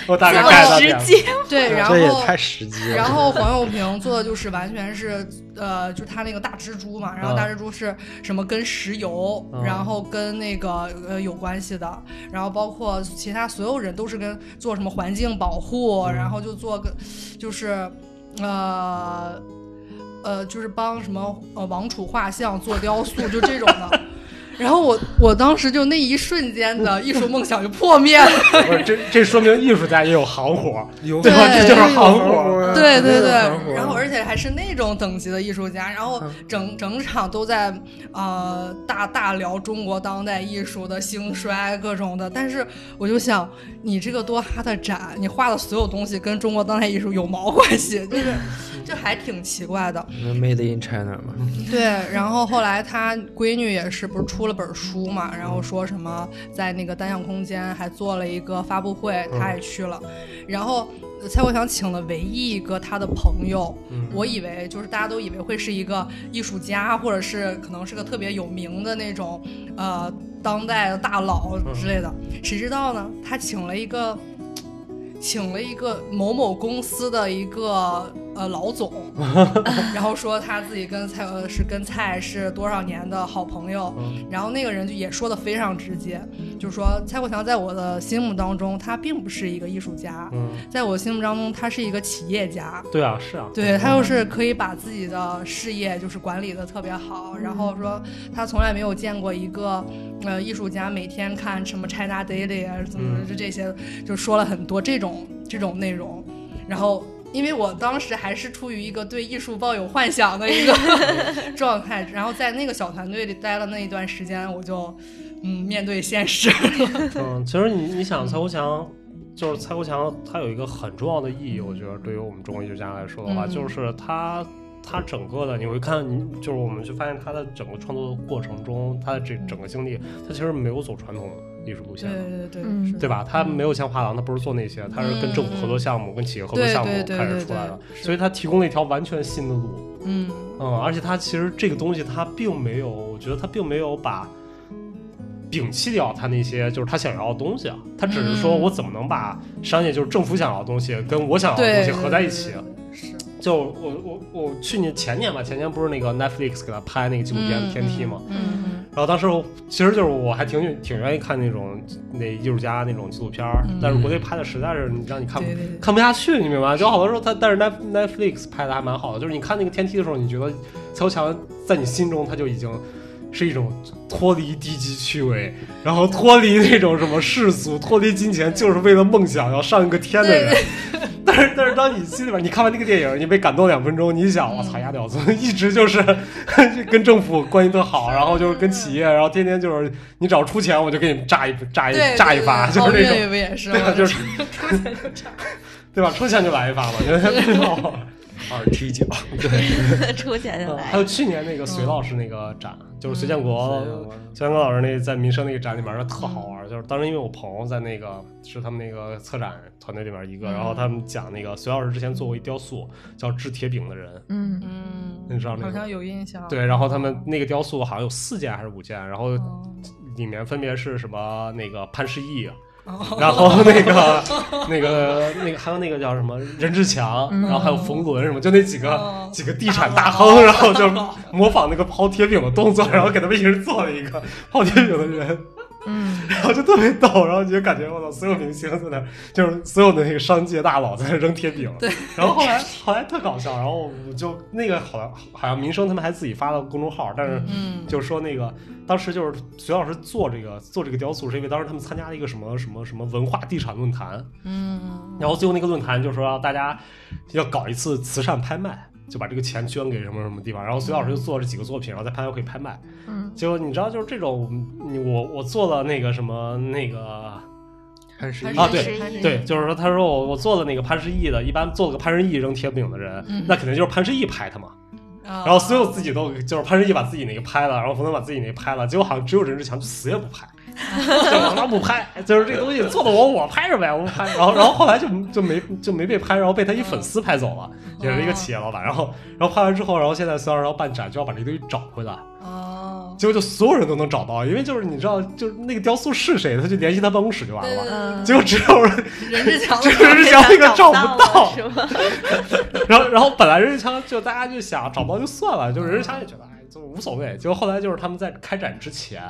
我大概然后 get 到实点了。际，对，然后这也太实际了。然后黄永平做的就是完全是，呃，就是他那个大蜘蛛嘛，然后大蜘蛛是什么跟石油，嗯然后跟那个呃有关系的，然后包括其他所有人都是跟做什么环境保护，嗯然后就做个就是，呃。呃，就是帮什么呃王储画像、做雕塑，就这种的。 (laughs) 然后我我当时就那一瞬间的艺术梦想就破灭了。不是，这这说明艺术家也有行活，有对吧？对这就是行活。活哎对对对，然然后而且还是那种等级的艺术家，然后整整场都在呃大大聊中国当代艺术的兴衰各种的，但是我就想，你这个多哈的展，你画的所有东西跟中国当代艺术有毛关系？就是就还挺奇怪的。 Made in China 嘛，对，然后后来他闺女也是，不是出了本书嘛，然后说什么在那个单向空间还做了一个发布会，他也去了。然后呃蔡国强请了唯一一个他的朋友，我以为就是大家都以为会是一个艺术家，或者是可能是个特别有名的那种呃当代的大佬之类的，谁知道呢？他请了一个。请了一个某某公司的一个呃 (laughs) 老总，然后说他自己跟蔡呃是跟蔡是多少年的好朋友，嗯然后那个人就也说的非常直接，就是说蔡国强在我的心目当中，他并不是一个艺术家，嗯，在我心目当中他是一个企业家。对啊，是啊，对他又是可以把自己的事业就是管理的特别好，然后说他从来没有见过一个呃艺术家每天看什么 China Daily 啊，怎么嗯就这些，就说了很多这种这种内容。然后因为我当时还是处于一个对艺术抱有幻想的一个 (laughs) 状态，然后在那个小团队里待了那一段时间，我就嗯面对现实。 (laughs) 嗯，其实你你想蔡国强，就是蔡国强，他有一个很重要的意义，我觉得对于我们中国艺术家来说的话，嗯就是他他整个的，你会看，你就是我们就发现他的整个创作过程中，他的这整个经历，他其实没有走传统艺术路对线。对对，嗯是的对吧？他没有像画廊，他不是做那些，他是跟政府合作项目、跟企业合作对项目嗯对对开始对出来对的，是所以他提供了一条完全新的路。嗯嗯，而且他其实这个东西他并没有，我觉得他并没有把摒弃掉他那些就是他想要的东西啊，他只是说嗯我怎么能把商业就是政府想要的东西跟我想要的对东西合在一起。对对对是就我我我去年前年吧，前年不是那个 Netflix 给他拍那个纪录片《天梯》嘛，嗯嗯然后当时我其实就是我还挺挺愿意看那种那艺术家那种纪录片儿，嗯但是国内拍的实在是你让你看不对对对看不下去，你明白吗？就好多时候他，但是 Net Netflix 拍的还蛮好的，就是你看那个天梯的时候，你觉得蔡国强在你心中他就已经是一种脱离低级趣味，然后脱离那种什么世俗，脱离金钱，就是为了梦想要上一个天的人。但是 (laughs) 但是当你心里边你看完那个电影，你被感动两分钟，你想我操丫屌丝一直就是跟政府关系特好，然后就是跟企业，然后天天就是你只要出钱我就给你炸一炸一对，炸对一对发，对就是奥那运种。不也是对吗吧？？嗯就是对吧？出钱就来一发嘛，觉得挺好玩。二踢脚，出钱就嗯来还有去年那个隋老师那个展，就是隋建国、隋建国老师那在民生那个展里面，那特好玩。就是当时因为我朋友在那个是他们那个策展团队里面一个，然后他们讲那个隋老师之前做过一雕塑叫制铁饼的人，嗯嗯你知道那好个像有印象。对，然后他们那个雕塑好像有四件还是五件，然后哦里面分别是什么那个潘石屹。哦 (laughs) 然后那个、那个、那个，还有那个叫什么任志强，然后还有冯仑什么，就那几个、嗯几个地产大亨，然后就模仿那个抛铁饼的动作，然后给他们一人做了一个抛铁饼的人。嗯，然后就特别逗，然后你就感觉我操，所有明星在那儿，就是所有的那个商界大佬在那儿扔贴饼。对。然后后 (laughs) 来后来特搞笑，然后我就那个好像好像民生他们还自己发了公众号，但是嗯，就是说那个当时就是隋老师做这个做这个雕塑，是因为当时他们参加了一个什么什么什么文化地产论坛，嗯，然后最后那个论坛就说大家要搞一次慈善拍卖。就把这个钱捐给什么什么地方，然后隋老师就做了这几个作品，然后在拍卖会拍卖。嗯，结果你知道，就是这种，你我我做了那个什么那个看是还一是啊对还是对，就是说，他说我我做了那个潘石屹的，一般做了个潘石屹扔贴饼的人，嗯哦那肯定就是潘石屹拍他嘛。然然后所有自己都就是潘石屹把自己那个拍了，然后冯仑把自己那个拍了，结果好像只有任志强就死也不 (laughs) 拍，就我他妈不拍，就是这东西做的我我拍着呗，我不拍。然后然后后来就就没就没被拍，然后被他一粉丝拍走了，嗯也是一个企业老板。然后然后拍完之后，然后现在虽然要办展，就要把这东西找回来。哦，结果就所有人都能找到，因为就是你知道，就是那个雕塑是谁，他就联系他办公室就完对了。嗯结果只有任志强的只是想那个照不不到，啊是吗？ (laughs) 然后然后本来任志强就大家就想找不到就算了，就是任志强也觉得哎就无所谓，结果后来就是他们在开展之前，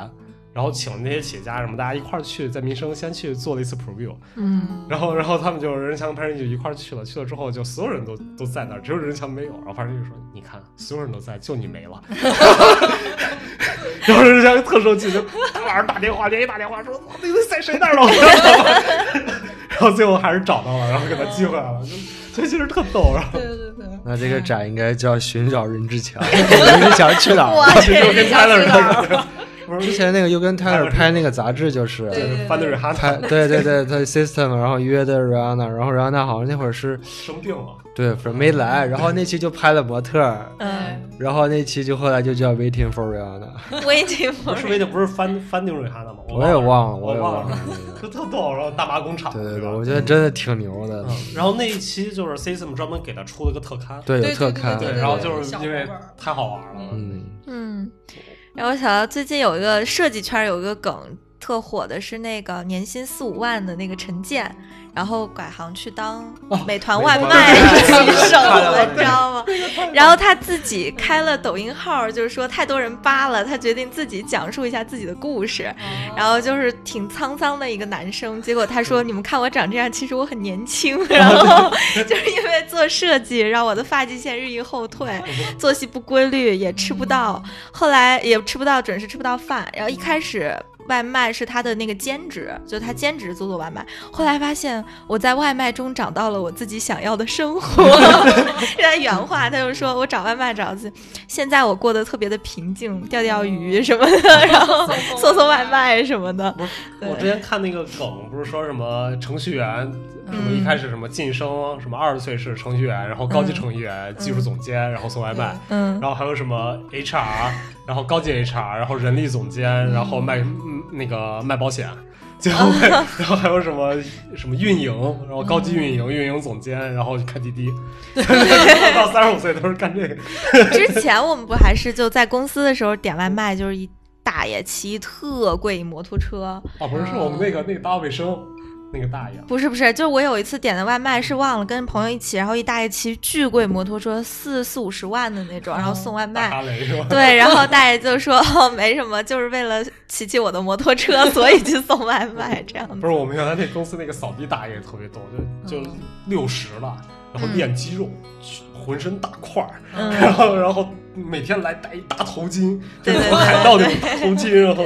然后请那些企业家什么大家一块儿去在民生先去做了一次 preview，嗯，然后然后他们就任志强、潘石屹就一块儿去了，去了之后就所有人都都在那儿，只有任志强没有，然后潘石屹就说你看所有人都在，就你没了， (laughs) 然后任志强就特生气，就大晚上打电话连夜打电话说那个在谁那儿了，我找不到 (laughs) 然后最后还是找到了，然后给他寄回来了，就就其实特逗，然后。对对对，那这个展应该叫寻找任志 (laughs) (laughs) 强，任志强去哪儿了？我去，就跟泰勒知似的，不之是前那个又跟泰勒拍那个杂志就是。对范德瑞哈拍他对对对，他 system，然后约的 Rihanna，然后 Rihanna 好像那会儿是生病了，对没来，然后那期就拍了模特儿，嗯，然后那期就后来就叫 Waiting for (laughs) Rihanna，我已经不是为的不是翻翻定瑞哈的吗？我也忘了，我也忘了 (laughs) 忘了，。就特逗，然后大麻工厂，对对对，吧我觉得真的挺牛的嗯，然后那一期就是 System 专门给他出了个特刊，对，对有特对刊，对，对然后就是小因为本儿太好玩了，嗯，嗯，然后我想到最近有一个设计圈有一个梗特火的是那个年薪四五万的那个陈建，然后改行去当美团外卖美团的骑手看到了，了你知道吗？然后他自己开了抖音号，就是说太多人扒了，他决定自己讲述一下自己的故事。然后就是挺沧桑的一个男生，结果他说：“你们看我长这样，其实我很年轻。” (laughs) 然后就是因为做设计，让我的发际线日益后退，作息不规律，也吃不到，哦嗯后来也吃不到，准时吃不到饭。然后一开始。外卖是他的那个兼职，就他兼职做做外卖。后来发现我在外卖中找到了我自己想要的生活。 (laughs) 是他原话，他就说我找外卖找自己。现在我过得特别的平静，钓钓鱼什么 (laughs) 的，然后嗯送送外卖什 (laughs) 么的。我之前看那个梗，不是说什么程序员，什么一开始什么晋升，什么二十岁是程序员，然后高级程序员、技术总监，然后送外卖，嗯然后还有什么 HR，然后高级 HR，然后人力总监，然后卖嗯那个卖保险，最哦后还然后还有什么什么运营，然后高级运嗯营、运营总监，然后开滴 (laughs) 滴，到三十五岁都是干这个。之前我们不还是就在公司的时候点外卖，就是一大爷骑特贵一摩托车，哦，不是，是我们嗯那个那个打扫卫生那个大爷，不是不是，就是我有一次点的外卖是忘了跟朋友一起，然后一大爷骑巨贵摩托车，四四五十万的那种，然后送外大卖。哈雷是吧？ (laughs) 对，然后大爷就说、 (laughs) 哦、没什么，就是为了骑骑我的摩托 (laughs) 车，所以去送外卖这样子不。是，我们原来那公司那个扫地大爷特别逗，嗯就就六十了，然后练肌肉，浑身大块儿，嗯 (laughs) 然后然后每天来戴一大头巾，对就对是对嗯海盗那种大头巾，然后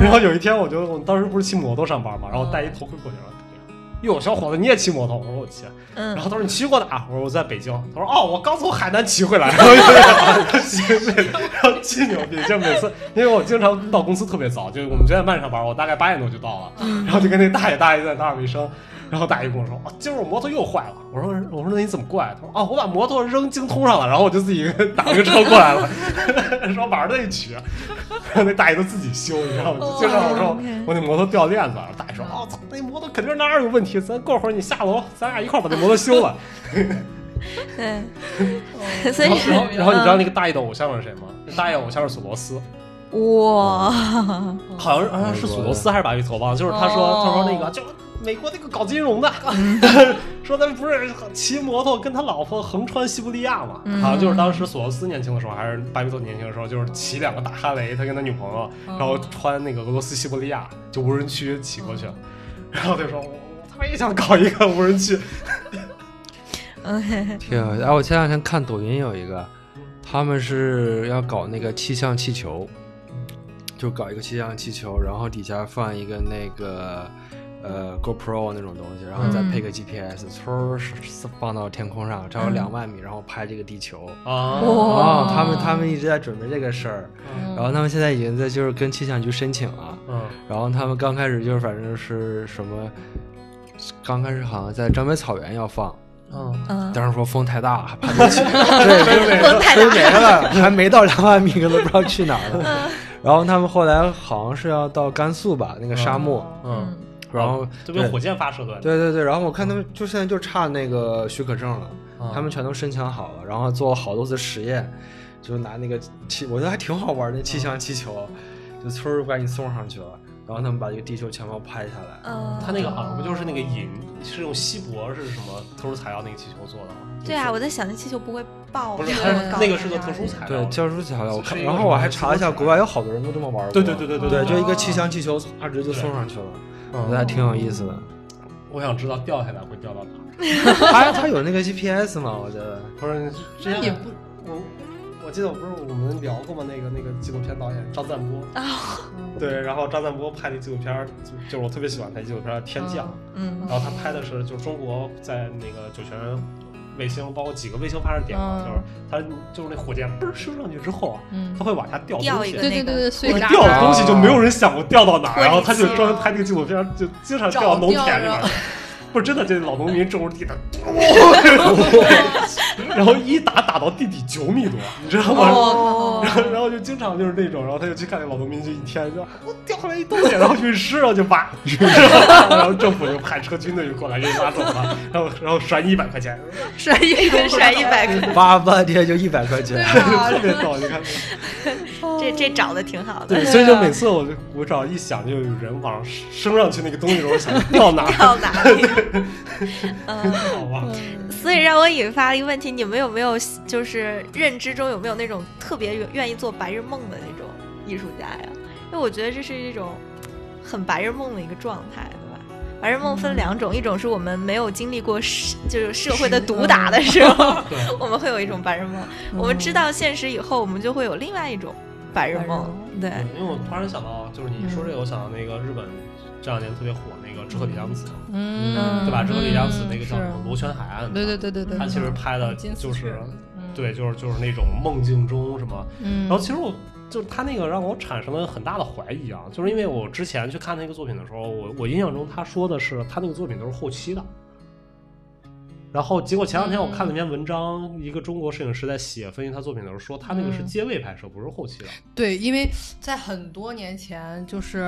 然后有一天我就我当时不是骑摩托上班嘛，然后戴一头盔过去，然后大爷哟，小伙子，你也骑摩托？我说我骑。啊嗯然后他说你骑过哪儿？我说我在北京。他说哦，我刚从海南骑回来。然后就骑对然后巨牛逼，就每次因为我经常到公司特别早，就是我们九点半上班，我大概八点多就到了，然后就跟那大爷大爷在那儿卫生。然后大爷跟我说：“啊，今儿我摩托又坏了。”我说：“我说那你怎么怪？”他说：“哦，我把摩托扔京通上了，然后我就自己打了个车过来了， (laughs) 说晚上再取。”然后 (laughs) 那大爷都自己修，你知道吗？就像我哦说我那摩托掉链子了，大爷说：“哦，操，那摩托肯定是哪儿有问题，咱过会儿你下楼，咱俩一块儿把那摩托修了。”对， (laughs) 所以嗯然后，然后，然后你知道那个大爷的偶像是谁吗？大爷偶像是索罗斯，嗯哇，好像是好像是索罗斯还是巴菲特，忘了。就是他说，哦他说那个就美国那个搞金融的， (laughs) 说咱们不是骑摩托跟他老婆横穿西伯利亚嘛？嗯好像就是当时索罗斯年轻的时候，还是巴比特年轻的时候，就是骑两个大哈雷，他跟他女朋友，然后穿那个俄罗斯西伯利亚，就无人区骑过去了。然后他说：“我我他妈也想搞一个无人区。 OK，挺有意思。哎，我前两天看抖音有一个，他们是要搞那个气象气球，就搞一个气象气球，然后底下放一个那个呃 GoPro 那种东西，然后再配个 GPS，嗖、放到天空上，超过两万米，然后拍这个地球。”啊哇哦，他们他们一直在准备这个事儿，嗯然后他们现在已经在就是跟气象局申请了，嗯然后他们刚开始就是反正是什么，刚开始好像在张北草原要放，嗯，嗯，但是说风太大，怕被气对，真美风太飞大，没了，还没到两万米，可都不知道去哪儿嗯了。然后他们后来好像是要到甘肃吧，那个沙哦漠，嗯，然后这对边火箭发射段，对对对，然后我看他们就现在就差那个许可证了，嗯他们全都申请好了，然后做了好多次实验，就拿那个气，我觉得还挺好玩的，那气象气球，就村儿把你送上去了，然后他们把这个地球全部拍下来，嗯，他那个好像不就是那个银，是用锡箔是什么特殊材料那个气球做的吗？对啊，我在想那气球不会爆，不是，那它个对高那个是的个呀特殊材料对，的。特殊材料，我是看，一个然后我还什么查了一下，特殊材国外有好多人都这么玩过，对对对对对对就一个气象气球，它直接就送上去了，嗯我觉得还挺有意思的。我想知道掉下来会掉到哪。它它有那个 GPS 嘛，我觉得。不是，之那前也不我我记得我不是我们聊过吗？那个那个纪录片导演张赞波对，然后张赞波拍的纪录片儿，就就是我特别喜欢他的纪录片儿《天降》，嗯然后他拍的是就是中国在那个酒泉卫星，包括几个卫星发射点嘛，嗯就是他就是那火箭嘣儿升上去之后啊，嗯它会往下掉掉东一西个。对对对对，碎那渣掉的渣东西就没有人想过掉到哪儿，然后他就脱离器专门拍那个纪录片儿，就经常掉到农田里面找啊掉去。不是真的，这老农民种着 (laughs) 地的，哇然后一打打到地底九米多，你知道吗？哦然后 (laughs) 然后就经常就是那种，然后他就去看那老农民，就一天就啊我掉下来一东西，然后运尸，然后就挖， (laughs) 然后政府就派车军队就过来给你挖走了，然后然后甩你一百块钱， (laughs) 甩一个甩一百个，挖半天就一百块钱，特别逗，你看。这这找的挺好 (laughs) 的哦对，，所以就每次我就我只要一想，就有人往升上去那个东西的时候，我想掉哪儿，到哪里？嗯。好啊 (laughs) 吧？所以让我引发了一个问题：你们有没有就是认知中有没有那种特别愿愿意做白日梦的那种艺术家呀？因为我觉得这是一种很白日梦的一个状态，对吧？白日梦分两种，一种是我们没有经历过社就是社会的毒打的时 (laughs) 候，对，我们会有一种白日梦；我们知道现实以后，我们就会有另外一种白日梦。对，嗯因为我突然想到，就是你说这嗯个，我想到那个日本这两年特别火那个《之后里央子》，嗯，对吧？嗯之后里央子那个是叫什么《螺旋海岸》，对对对对对，他其实拍的金丝就雀是嗯，对，就是就是那种梦境中什么，嗯，然后其实我就是他那个让我产生了很大的怀疑啊，就是因为我之前去看那个作品的时候，我我印象中他说的是他那个作品都是后期的。然后结果前两天我看了一篇文章，一个中国摄影师在写分析他作品的时候说，他那个是嗯接位拍摄，不是后期的。对，因为在很多年前，就是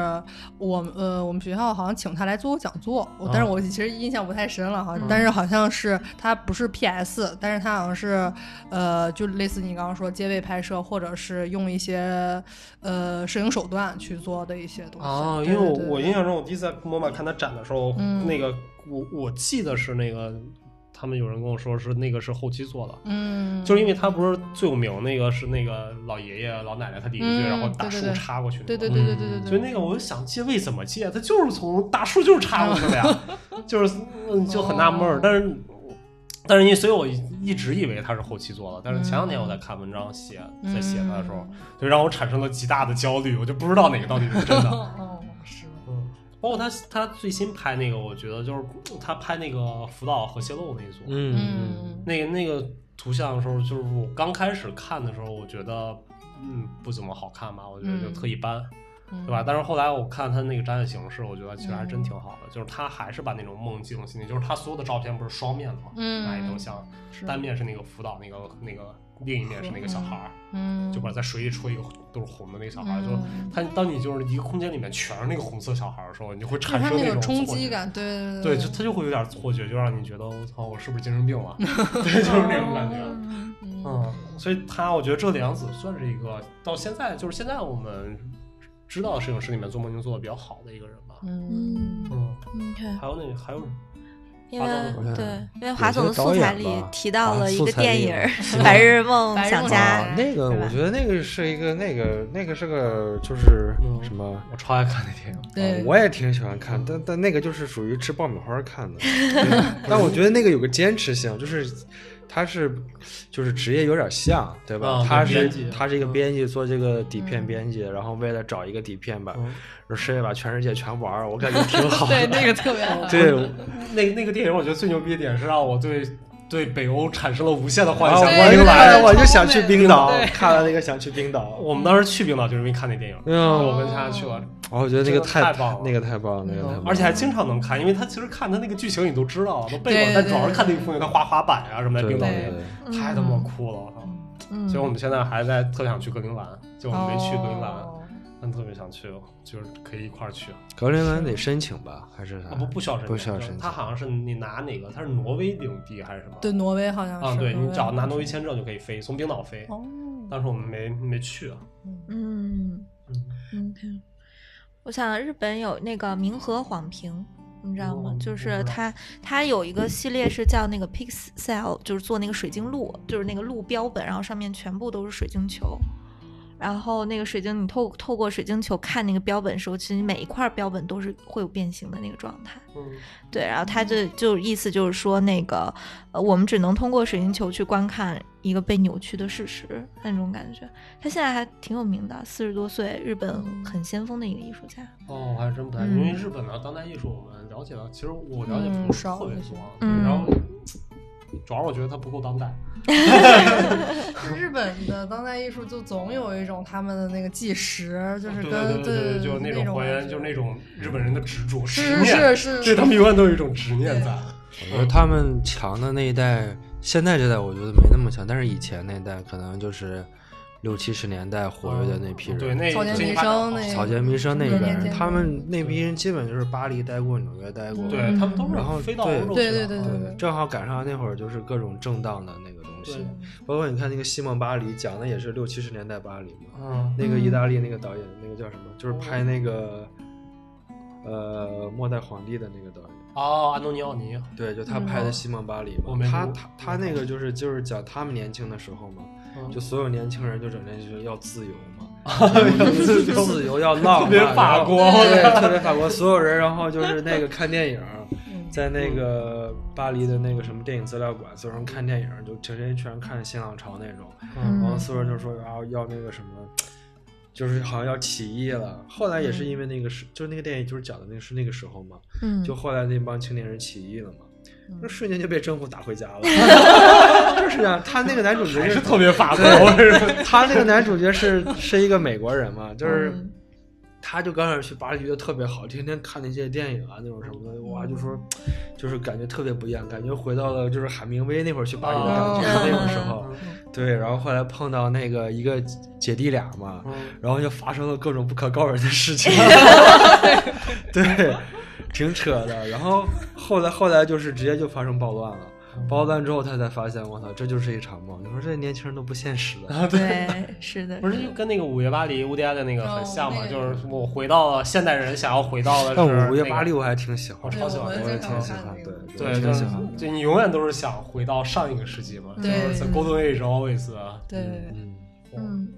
我们呃，我们学校好像请他来做过讲座，我但是啊我其实印象不太深了哈。嗯但是好像是他不是 PS，但是他好像是呃，就类似你刚刚说街位拍摄，或者是用一些呃摄影手段去做的一些东西。哦，对因为我对对我印象中，我第一次在摩马看他展的时候，嗯那个我我记得是那个他们有人跟我说是那个是后期做的，嗯，就是因为他不是最有名那个是那个老爷爷老奶奶他邻居，嗯然后大对对树对插过去那对个对嘛，对对对对对，所以那个我就想借位怎么借，他就是从大树就是插过去的呀，就是嗯就很纳闷儿哦，但是。但是因为，所以我一直以为他是后期做的，但是前两天我在看文章写，在写他的时候，就让我产生了极大的焦虑，我就不知道哪个到底是真的。 (laughs) 哦是嗯，包括他他最新拍那个，我觉得就是他拍那个福岛核泄漏那一组，嗯，嗯那个那个图像的时候，就是我刚开始看的时候，我觉得嗯不怎么好看吧，我觉得就嗯特一般，嗯对吧？但是后来我看他那个展览形式，我觉得其实还真挺好的，就是他还是把那种梦境心理，就是他所有的照片不是双面的嘛，嗯哪一头像是单面是那个福岛那个那个，另一面是那个小孩儿，嗯就把在水里戳一个都是红的那个小孩儿，就是嗯他当你就是一个空间里面全是那个红色小孩儿的时候，你就会就是产他生们那有种冲错击觉。感，对对，就他就会有点错觉，就让你觉得我操，我是不是精神病了？ (laughs) 对，就是那种感觉。嗯，所以他，我觉得这两子算是一个到现在，就是现在我们知道的摄影师里面做梦境做的比较好的一个人吧。嗯嗯嗯， ，OK。还有那还有因为华总的对，因为有华些总的素导材演里吧提到啊了一素个材电里嗯影 (laughs) 有儿是《吧白日梦白日想梦家想》，啊那个是吧我觉得那个是一个那个那个是个就是嗯什么。我超爱看那电影。对啊我也挺喜欢看，但但那个就是属于吃爆米花看的，对但我觉得那个有个坚持性，就是他是就是职业有点像，对吧？啊他对是编辑他是一个嗯编辑，做这个底片嗯编辑，然后为了找一个底片吧，嗯说世界把全世界全玩儿，我感觉挺好对，的。那个 (laughs) 特别好。对，那那个电影，我觉得最牛逼的点是让我对对北欧产生了无限的幻然后想。对啊我对就看了对我就超想美去冰岛对，看了那个想去冰岛。我们当时去冰岛就是因为看那电影，嗯，啊我我跟他去了，哦我觉得那个太真的太棒了那个太棒了，那个太棒了，而且还经常能看，因为他其实看他那个剧情你都知道，都背过对对，但对嗯主要是看那个风景，他滑滑板啊什么的，对冰岛对那对个太他妈酷了，我操！嗯所以我们现在还在特想去格陵兰，就我们没去格陵兰，哦但特别想去，就是可以一块儿去。格陵兰得申请吧，还是啥啊，不不需要申请，啊不需要申请他好像是你拿哪个，他是挪威领地还是什么？对，挪威好像是。啊，对你只要拿挪威。威签证就可以飞，从冰岛飞。哦，当时我们没没去啊，嗯，OK。我想日本有那个明和晃平，你知道明和吗晃？平就我是不知道它，它有一个系列是叫那个 Pixel，就是做那个水晶路，就是那个路标本，然后上面全部都是水晶球。然后那个水晶，你透透过水晶球看那个标本的时候，其实每一块标本都是会有变形的那个状态。嗯，对，然后他就就意思就是说，那个呃，我们只能通过水晶球去观看一个被扭曲的事实那种感觉。他现在还挺有名的，四十多岁，日本很先锋的一个艺术家。哦，我还真不太，嗯因为日本的当代艺术我们了解的，其实我了解嗯不是特别多，嗯然后主要我觉得它不够当代，日本的当代艺术就总有一种他们的那个纪实，就是对跟对对，就那那种还原，感就觉那种日本人的执着、执是念，是是对他们永远都有一种执念在。我觉得他们强的那一代，现在这代我觉得没那么强，但是以前那一代可能就是六七十年代活跃的那批人，嗯对，那草间弥生那草间弥生那一辈中年人，间他们那批人基本就是巴黎待过，纽约待过，对嗯他们都然后是飞到对欧洲去嗯对的，对对对正好赶上那会儿就是各种正当的那个东西对，包括你看那个《西蒙巴黎》讲的也是六七十年代巴黎嘛，嗯，那个意大利那个导演那个叫什么，就是拍那个呃末代皇帝的那个导演。哦，安东尼奥尼，对，就他拍的《西蒙巴黎》我嘛，没他读他他那个就是就是讲他们年轻的时候嘛，嗯就所有年轻人就整天就是 (laughs) 要自由嘛，自由自由要浪特漫，别然后法国对，特别法国， (laughs) 嗯所有人然后就是那个看电影，在那个巴黎的那个什么电影资料馆，所有人看电影就成天全看新浪潮那种，嗯然后所有人就说要要那个什么。就是好像要起义了，后来也嗯是因为那个是，就是那个电影就是讲的那个是那个时候嘛，嗯，就后来那帮青年人起义了嘛，嗯那瞬间就被政府打回家 (laughs) 了，就是这样。他那个男主角还就是特别法国， (laughs) 对，他那个男主角是是一个美国人嘛，就是嗯他就刚开始去巴黎觉得特别好，天天看那些电影啊那种什么的，哇，就说嗯就是感觉特别不一样，感觉回到了就是海明威那会儿去巴黎的感觉、哦啊嗯那种时候。对，然后后来碰到那个一个姐弟俩嘛，嗯然后就发生了各种不可告人的事 (laughs) 情，对，挺扯的。然后后来后来就是直接就发生暴乱了，暴乱之后他才发现，我操，这就是一场梦。你说这年轻人都不现实的，啊，对。对，是的，不是就跟那个《午夜巴黎》乌迪安的那个很像嘛？哦那个就是我回到了现代人想要回到的是、但那个《午夜巴黎》我还挺喜欢我的，超喜欢对那我个也也挺经喜常欢看，对，我对，挺喜就欢的。就你永远都是想回到上一个世纪嘛，就对是 the golden age always 啊。对，嗯，嗯，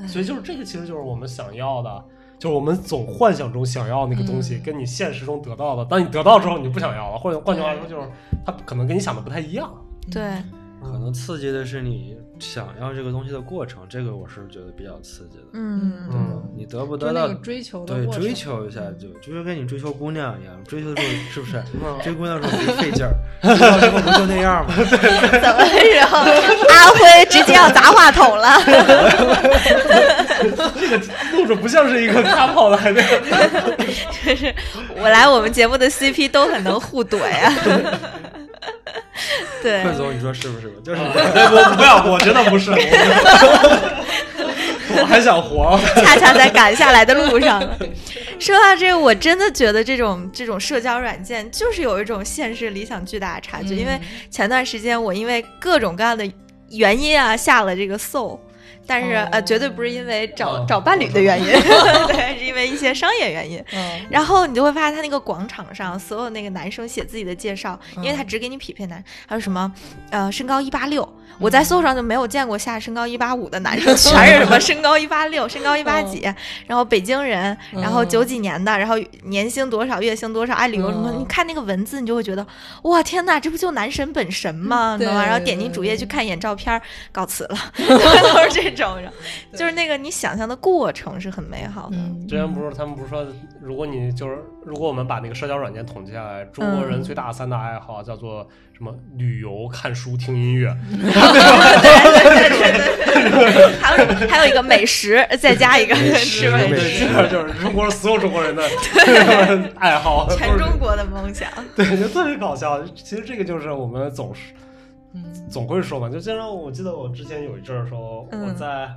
哎所以就是这个，其实就是我们想要的，就是我们总幻想中想要那个东西，嗯跟你现实中得到的，当你得到之后你就不想要了，或者换句话说就是它可能跟你想的不太一样。对，可能刺激的是你想要这个东西的过程，这个我是觉得比较刺激的。嗯嗯你得不就得那到个追求的对，过程追求一下就就是跟你追求姑娘一样，追求的时候是不是嗯 (laughs) 追姑娘的时候贼费劲儿，追到最后不就那样吗？怎么 (laughs) 然后阿辉直接要砸话筒了？ (laughs) 录着不像是一个卡跑来的，就是我来我们节目的 CP 都很能互怼啊。 (laughs) 对，嗯快 (laughs) 总，你说是不是？就是 (laughs) 对，我不要，我真的不是，我 (laughs) 我还想活。恰恰在赶下来的路上了。说到这个，我真的觉得这种这种社交软件就是有一种现实理想巨大的差距。因为前段时间我因为各种各样的原因啊下了这个 Soul。但是、哦呃，绝对不是因为找、哦找伴侣的原因，对，是因为一些商业原因。嗯，然后你就会发现，他那个广场上所有那个男生写自己的介绍，因为他嗯只给你匹配男，还有什么呃身高一八六，嗯我在搜上就没有见过下身高一八五的男生，全是什么 (laughs) 身高一八六、身高一八几，然后北京人，然后嗯九几年的，然后年薪多少、月薪多少，爱旅游什么，嗯你看那个文字，你就会觉得哇天呐，这不就男神本神吗？嗯你知道吗？对然后点对进主页对去看一眼照片儿，告辞 (laughs) 了， (laughs) 都是这种，然后对就是那个你想象的过程是很美好的，嗯嗯之前不是他们不是说，如果你就是如果我们把那个社交软件统计下来，中国人最大的三大爱好叫做什么？旅游、看书、听音乐。还有什么还有一个美食，再加一个美食吃美美食，食对，这就是中国所有中国人的就是爱好，都是全中国的梦想。对，就特别搞笑。其实这个就是我们总是嗯总会说嘛，就经常我记得我之前有一阵儿说嗯我在，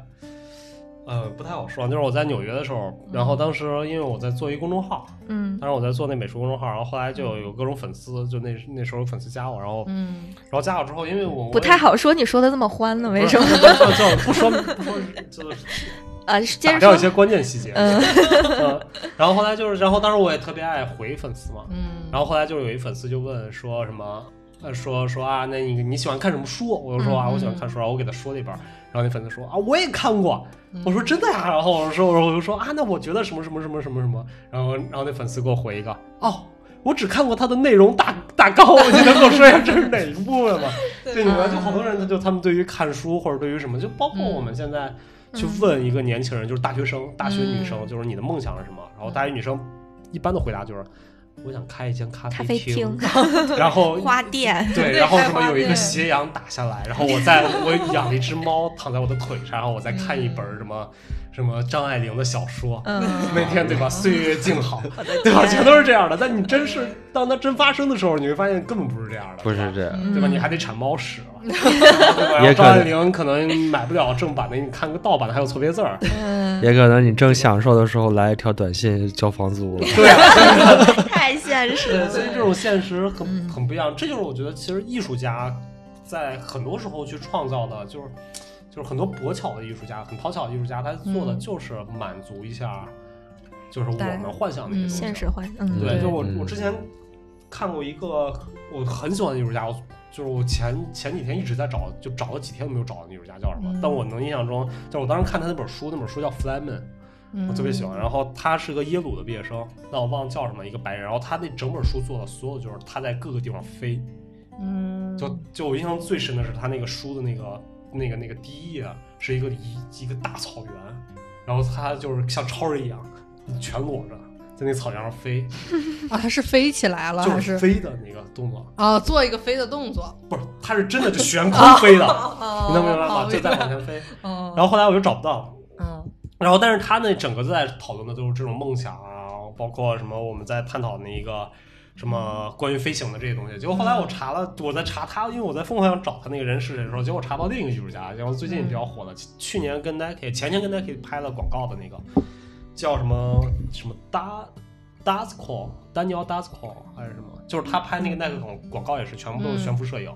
呃，不太好说，就是我在纽约的时候，然后当时因为我在做一公众号，嗯当时我在做那美术公众号，然后后来就有各种粉丝，就那那时候有粉丝加我，然后嗯然后加我之后，因为我不太好说，你说的这么欢呢？为什么？么？就就不说不说，就是呃，接打着掉一些说。关键细节。嗯嗯，然后后来就是，然后当时我也特别爱回粉丝嘛，嗯，然后后来就是有一粉丝就问说什么，呃，说说啊，那你你喜欢看什么书？我就说啊，嗯嗯我喜欢看书，然后我给他说了一本儿，然后那粉丝说啊，我也看过，嗯我说真的呀、然后我说我就说啊，那我觉得什么什么什么什么什么，然后然后那粉丝给我回一个哦。我只看过他的内容大大纲， (laughs) 你能给我说一下这是哪一部 (laughs) 分吗？对，你知啊道，就好多人，他就他们对于看书或者对于什么，就包括我们现在去嗯问一个年轻人，就是大学生、大学女生，就是你的梦想是什么？然后嗯大学女生一般的回答就是，我想开一间咖咖啡啡厅、 (laughs) 然后 (laughs) 花店，对，对然后开什么花有一个店斜阳打下来，然后我 (laughs) 在我养了一只猫躺在我的腿上，然后我再看一本什么什么张爱玲的小说，嗯，每天对吧？岁月静 (laughs) 好，对吧？全都是这样的。但你真是当它真发生的时候，你会发现根本不是这样的，不对吧是这样，对吧？嗯你还得铲猫屎 (laughs) 了，对吧？然后也可张能爱玲可能买不了正版的，你看个盗版的还有错别 (laughs) 字儿，嗯，也可能你正享受的时候来一条短信交房租了。对啊，太现实对，了。所以这种现实很很不一样。这就是我觉得，其实艺术家在很多时候去创造的，就是就是很多博巧的艺术家，很讨巧的艺术家，他做的嗯就是满足一下，就是我对们幻想的一些东西。现实化，嗯，对，对就我我嗯之前看过一个我很喜欢的艺术家，我就是我前前几天一直在找，就找了几天都没有找到那艺术家叫什么。嗯但我能印象中，就是我当时看他那本书，那本书叫《弗莱门》，嗯我特别喜欢。然后他是个耶鲁的毕业生，但我忘了叫什么一个白人。然后他那整本书做的所有就是他在各个地方飞，嗯，就就我印象最深的是他那个书的那个那个那个第一页是一个一一个大草原，然后他就是像超人一样全裸着在那草原上飞，啊，他是飞起来了就还是是飞的那个动作，啊？做一个飞的动作，啊不是，他是真的就悬空飞的，你你能明白哦吗？就在往前飞。嗯，然后后来我就找不到，嗯然后但是他那整个在讨论的都是这种梦想啊，包括什么我们在探讨那一个。什么关于飞行的这些东西？结果后来我查了，我在查他，因为我在疯狂想找他那个人是谁的时候，结果查到另一个艺术家，然后最近比较火的，去年跟 Nike，前年跟 Nike 拍了广告的那个，叫什么什么 Da Dasco，丹尼尔 Dasco 还是什么？就是他拍那个 Nike 广广告也是全部都是悬浮摄影，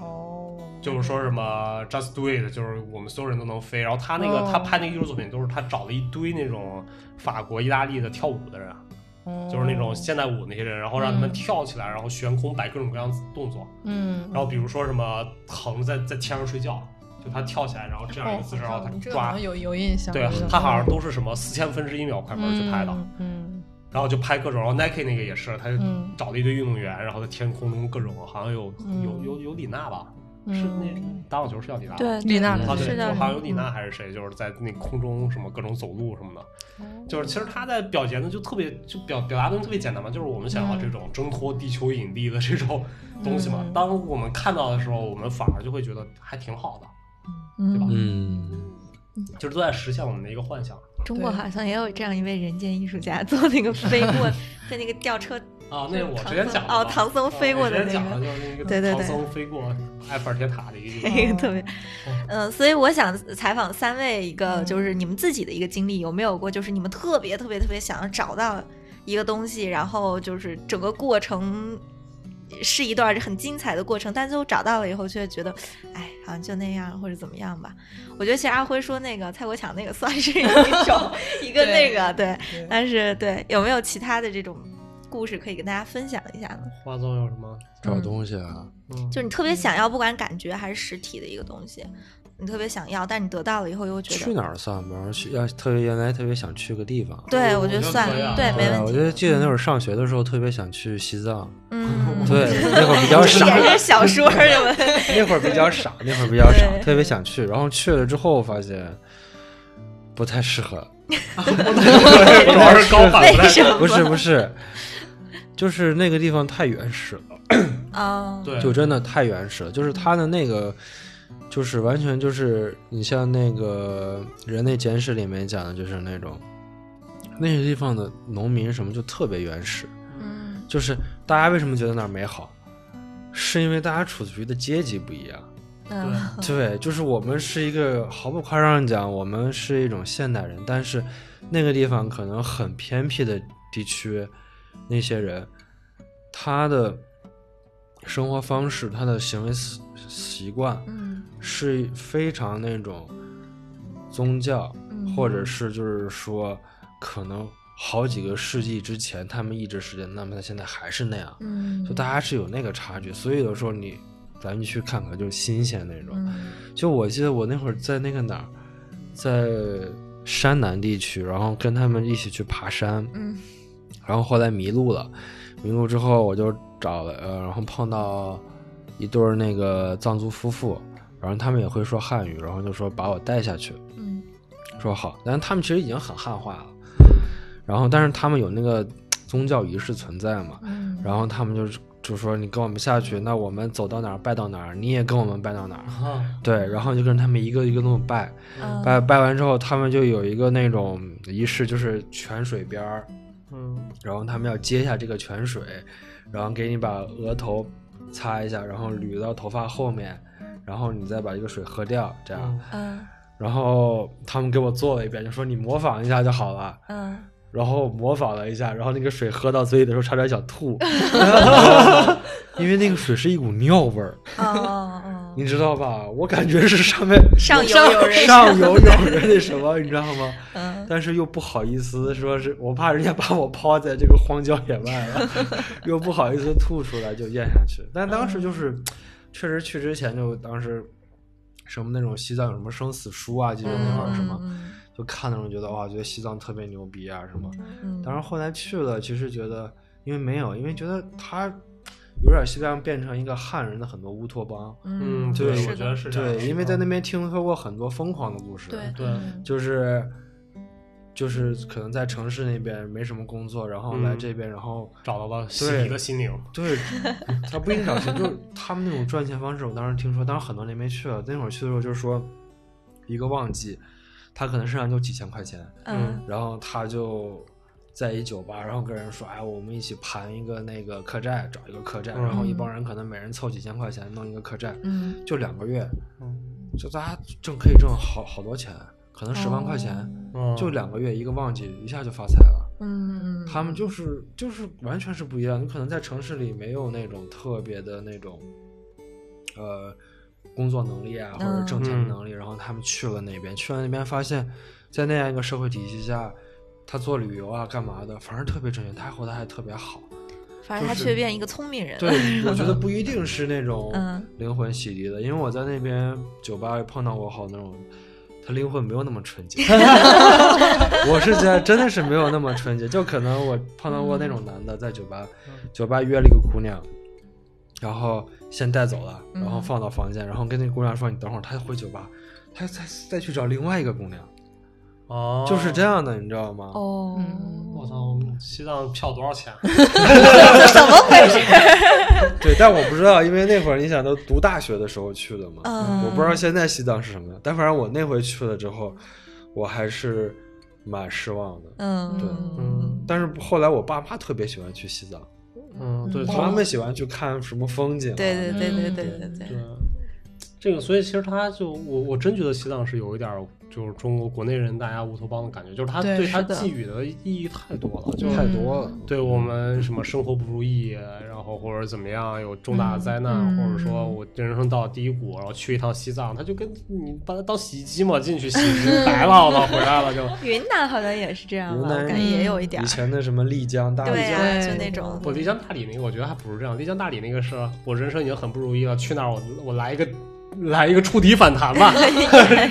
哦，就是说什么 Just Do It，就是我们所有人都能飞。然后他那个、哦他拍那个艺术作品，都是他找了一堆那种法国、意大利的跳舞的人，啊哦就是那种现代舞那些人，然后让他们嗯跳起来，然后悬空摆各种各样的动作。嗯，然后比如说什么横着在在天上睡觉，就他跳起来，然后这样一个哦姿势，然后他这个好抓。像有有印象，对他好像都是什么四千分之一秒快门去拍的，嗯然后就拍各种，然后 Nike 那个也是，他就嗯找了一堆运动员，然后在天空中各种，好像有有嗯有有李娜吧，嗯，是那打网球是叫李娜吧，嗯对，嗯丽娜啊，对，是就的好像有李娜还是谁，就是在那空中什么各种走路什么的，哦就是其实他在表现的就特别就表表达的东西特别简单嘛，就是我们想要嗯这种挣脱地球引力的这种东西嘛。嗯当我们看到的时候，我们反而就会觉得还挺好的，对吧嗯，嗯，就是都在实现我们的一个幻想中国对好像也有这样一位人间艺术家，做那个飞过，在那个吊车，啊。那是我唐之前僧讲的哦，嘛啊唐僧飞过的我之那前讲的。就个是那个对对唐对僧飞过埃菲尔铁塔的一个地方。这个特别，嗯，所以我想采访三位，一个就是你们自己的一个经历，有没有过就是你们特别特别特别想要找到一个东西，然后就是整个过程是一段很精彩的过程，但最后找到了以后，却觉得，哎，好像就那样或者怎么样吧。我觉得其实阿辉说那个蔡国强那个 (laughs) 算是一种一个那个对，对但是对有没有其他的这种故事可以跟大家分享一下呢？ (laughs) 花总有什么？找嗯东西啊，嗯，就是你特别想要，不管感觉还是实体的一个东西，你特别想要，但你得到了以后又觉去得，哪儿算？比方说去，要特别原来特别想去个地方。对我我觉得觉得算可以了，啊对，没对，我问就题。记得那会儿上学的时候，特别想去西藏。嗯，对， (laughs) 那会儿比较傻，也是小说什么的，那会儿比较傻，那会儿比较傻对，特别想去。然后去了之后发现不太适合，主要是高反不为太什么？ (laughs) 不是不是，就是那个地方太原始了，啊，对， (laughs) 就真的太原始了。就是它的那个，就是完全就是你像那个《人类简史》里面讲的，就是那种那些地方的农民什么就特别原始，嗯就是大家为什么觉得那儿美好，是因为大家处于的阶级不一样。嗯，对，就是我们是一个毫不夸张地讲，我们是一种现代人，但是那个地方可能很偏僻的地区，那些人他的生活方式、他的行为习习惯嗯是非常那种宗教，嗯或者是就是说可能好几个世纪之前他们一直是这样，那么他现在还是那样，嗯，就大家是有那个差距，所以有时候你咱们去看看就是新鲜那种。嗯就我记得我那会儿在那个哪儿，在山南地区，然后跟他们一起去爬山，嗯然后后来迷路了，迷路之后我就找了，呃，然后碰到一对儿那个藏族夫妇，然后他们也会说汉语，然后就说把我带下去，嗯说好，但是他们其实已经很汉化了，然后但是他们有那个宗教仪式存在嘛，嗯，然后他们就是就说你跟我们下去，那我们走到哪儿拜到哪儿，你也跟我们拜到哪儿。啊，对，然后就跟他们一个一个那么拜，嗯拜拜完之后，他们就有一个那种仪式，就是泉水边儿，嗯，然后他们要接下这个泉水，然后给你把额头擦一下，然后捋到头发后面，然后你再把这个水喝掉，这样。嗯然后他们给我做了一遍，就说你模仿一下就好了。嗯，然后模仿了一下，然后那个水喝到嘴里的时候差点想 (laughs) 吐， (laughs) 因为那个水是一股尿味儿，哦哦哦，你知道吧？我感觉是上面上游有人上游有人那什么，你知道吗？嗯但是又不好意思，说是我怕人家把我抛在这个荒郊野外了， (laughs) 又不好意思吐出来就咽下去。但当嗯时就是，确实去之前就当时什么那种西藏有什么生死书啊，记得那会儿什么，嗯就看那种觉得哇，觉得西藏特别牛逼啊什么。嗯，当然后来去了，其实觉得因为没有，因为觉得他有点西藏变成一个汉人的很多乌托邦。嗯对，是我觉得是这样对，因为在那边听说过很多疯狂的故事。对对嗯就是就是可能在城市那边没什么工作，然后嗯来这边，然后找到了对心仪的心灵，对 (laughs) 他不一定找钱，就是他们那种赚钱方式。我当时听说，当时很多年没去了，那会儿去的时候就是说一个旺季，他可能身上就几千块钱，嗯然后他就。在一酒吧，然后跟人说：“哎，我们一起盘一个那个客栈，找一个客栈，嗯然后一帮人可能每人凑几千块钱弄一个客栈，嗯，就两个月，嗯，就大家挣可以挣好好多钱，可能十万块钱，就两两个月一个旺季，一下就发财了。嗯嗯，他们就是就是完全是不一样，你可能在城市里没有那种特别的那种，呃，工作能力啊或者嗯挣钱的嗯能力，然后他们去了那边，去了那边发现，在那样一个社会体系下，他做旅游啊干嘛的，反而特别挣钱，他活得还特别好。反正他却变一个聪明人，对，我觉得不一定是那种嗯灵魂洗涤的，因为我在那边酒吧碰到过好那种，他灵魂没有那么纯 (laughs) 洁。我是觉得真的是没有那么纯洁，就可能我碰到过那嗯种男的在酒吧，酒吧约了一个姑娘，然后先带走了，然嗯后放到房间，然后跟那个姑娘说你等会儿，他回酒吧，他再再去找另外一个姑娘，哦，就是这。样的，你知道吗？哦，我操，我们西藏票多少钱？啊 (laughs) 怎么回事？对，但我不知道，因为那会儿你想都读大学的时候去的嘛，嗯我不知道现在西藏是什么样。但反正我那回去了之后，我还是蛮失望的。嗯嗯但是后来我爸妈特别喜欢去西藏，嗯，对，他他们喜欢去看什么风景、啊，对对对对对对对对，这个，所以其实他就我我真觉得西藏是有一点儿就是中国国内人大家乌托邦的感觉，就是他对对他是的寄予的意义太多了，就太多了。对我们什么生活不如意，然后或者怎么样有重大的灾难，嗯或者说我人生到低谷，然后去一趟西藏，他就跟你把它当洗衣机嘛，进去洗就白了，我操，回来了就。云南好像也是这样吧，云南我感觉也有一点以儿。前的什么丽江、大对理，呀、对就那种我丽江大理那个，我觉得还不是这样。丽江大理那个是我人生已经很不如意了，去那儿我我来一个来一个触底反弹吧。 (laughs)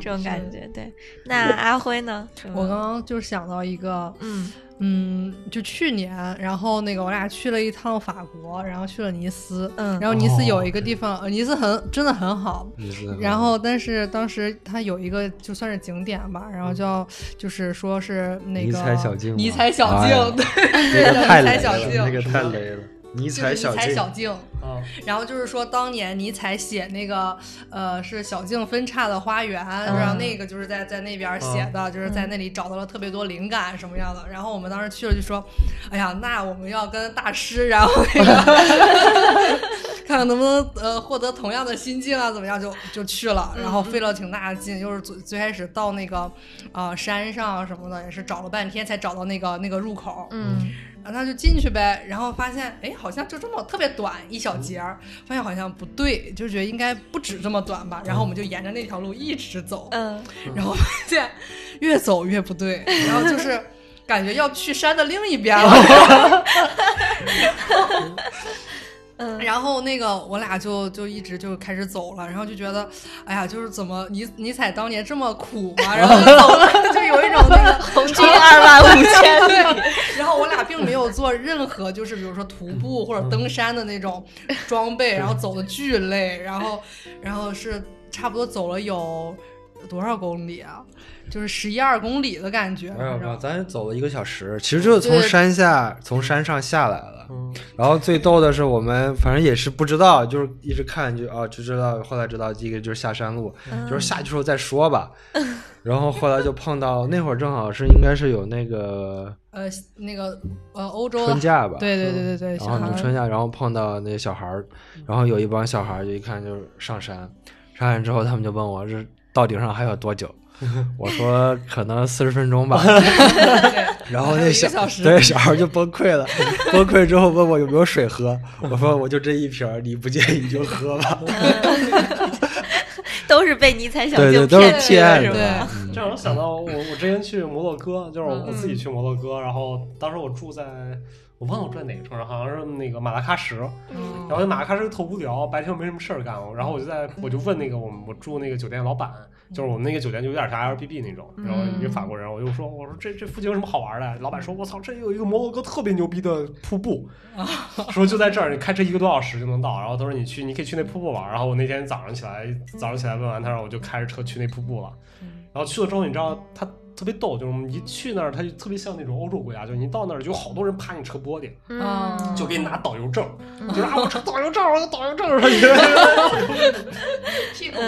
这种感觉。对，那阿辉呢？我刚刚就是想到一个，嗯嗯，就去年，然后那个我俩去了一趟法国，然后去了尼斯，嗯然后尼斯有一个地方，呃尼斯很真的很好，你是然后，但是当时它有一个就算是景点吧，然后叫就是说是那个尼采小径吗尼采小哎呀径，对，那 (laughs) 个太雷小了，径哎那个太雷了。尼就是采尼小采径，小径。啊，然后就是说，当年尼采写那个呃是小径分叉的花园，然后那个就是在在那边写的，就是在那里找到了特别多灵感什么样的。然后我们当时去了就说，哎呀，那我们要跟大师，然后那个看看能不能呃获得同样的心境啊，怎么样就就去了，然后费了挺大的劲，就是最最开始到那个啊、呃山上什么的，也是找了半天才找到那个那个入口，嗯然啊后他就进去呗，然后发现，哎，好像就这么特别短一小节儿，发现好像不对，就觉得应该不止这么短吧。然后我们就沿着那条路一直走，嗯然后发现越走越不对，然后就是感觉要去山的另一边了。嗯， (laughs) 然后那个我俩就就一直就开始走了，然后就觉得，哎呀，就是怎么尼尼采当年这么苦嘛，然后就走了， (laughs) 就有一种那个 (laughs) 红军二万五千里，然后我俩并没有做任何，就是比如说徒步或者登山的那种装备，然后走的巨累，然后然后是差不多走了有多少公里啊？就是十一二公里的感觉。没有然没有，后咱走了一个小时，其实就是从山下从山上下来了。嗯，然后最逗的是，我们反正也是不知道，就是一直看就啊就知道，后来知道这个就是下山路，嗯就是下去时候再说 (laughs) 吧。然后后来就碰到那会儿正好是应该是有那个呃，那个呃，欧洲的春假吧，对对对对对，然小后孩你儿嗯春假，然后碰到那小孩儿，然后有一帮小孩儿就一看就是上山，上山之后他们就问我这到顶上还有多 (laughs) 久，我说可能四十分钟吧，然后还有那一个小小时对小孩儿就崩溃 (laughs) 了，崩溃之后问我有没有水喝，我说我就这一瓶儿，你不介意就喝吧， (laughs) (laughs) 都是被尼采小对对径都是骗去的，骗是的吧？，嗯这让我想到我我之前去摩洛哥，就是我我自己去摩洛哥，然后当时我住在我忘了我住在哪个城市，好像是那个马达喀什，然后那马达喀什特无聊，白天又没什么事儿干，然后我就在我就问那个我们我住那个酒店老板，就是我们那个酒店就有点像 Airbnb 那种，然后一个法国人，我就说我说这这附近有什么好玩的？老板说我操，这有一个摩洛哥特别牛逼的瀑布，说就在这儿，你开车一个多小时就能到。然后他说你去，你可以去那瀑布玩。然后我那天早上起来，早上起来问完他，然后我就开着车去那瀑布了。然后去了之后，你知道他特别逗，就是我们一去那儿，他就特别像那种欧洲国家，就是你到那儿就有好多人趴你车玻璃，嗯，就给你拿导游证，就是啊，我车导游证，我有导游证儿。屁股，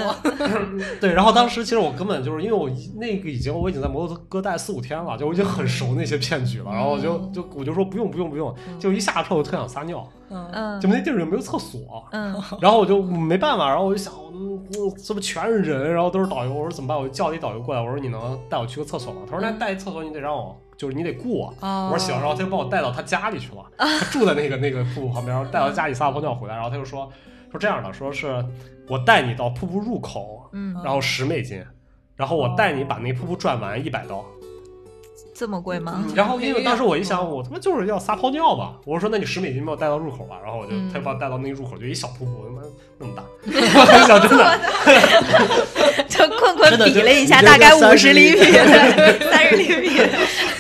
(laughs) 对，然后当时其实我根本就是因为我一那个已经我已经在摩洛哥待四五天了，就我已经很熟那些骗局了。然后我就嗯就我就说不用不用不用，就一下车我特想撒尿，嗯，嗯就那地儿也没有厕所，嗯然后我就没办法，然后我就想，嗯，嗯这不全是人，然后都是导游，我说怎么办？我就叫了一导游过来，我说你能带我去个厕所吗？他说那带一厕所你得让我，就是你得雇我。哦我说行，然后他就把我带到他家里去了，他住在那个那个瀑布旁边，然后带到家里撒了泡尿回来，然后他就说说这样的，说是我带你到瀑布入口，嗯，然后十美金，然后我带你把那瀑布转完一百刀。 (laughs) 这么贵吗？然后因为当时我一想，我他妈就是要撒泡尿吧，我说那你十美金把我带到入口吧，然后我就他就把我带到那个入口，就一小瀑布，他妈那么大， (laughs) 我想真的， (laughs) 就困困比了一下，真的大就概你这五个十30厘米， (laughs) 三十厘米。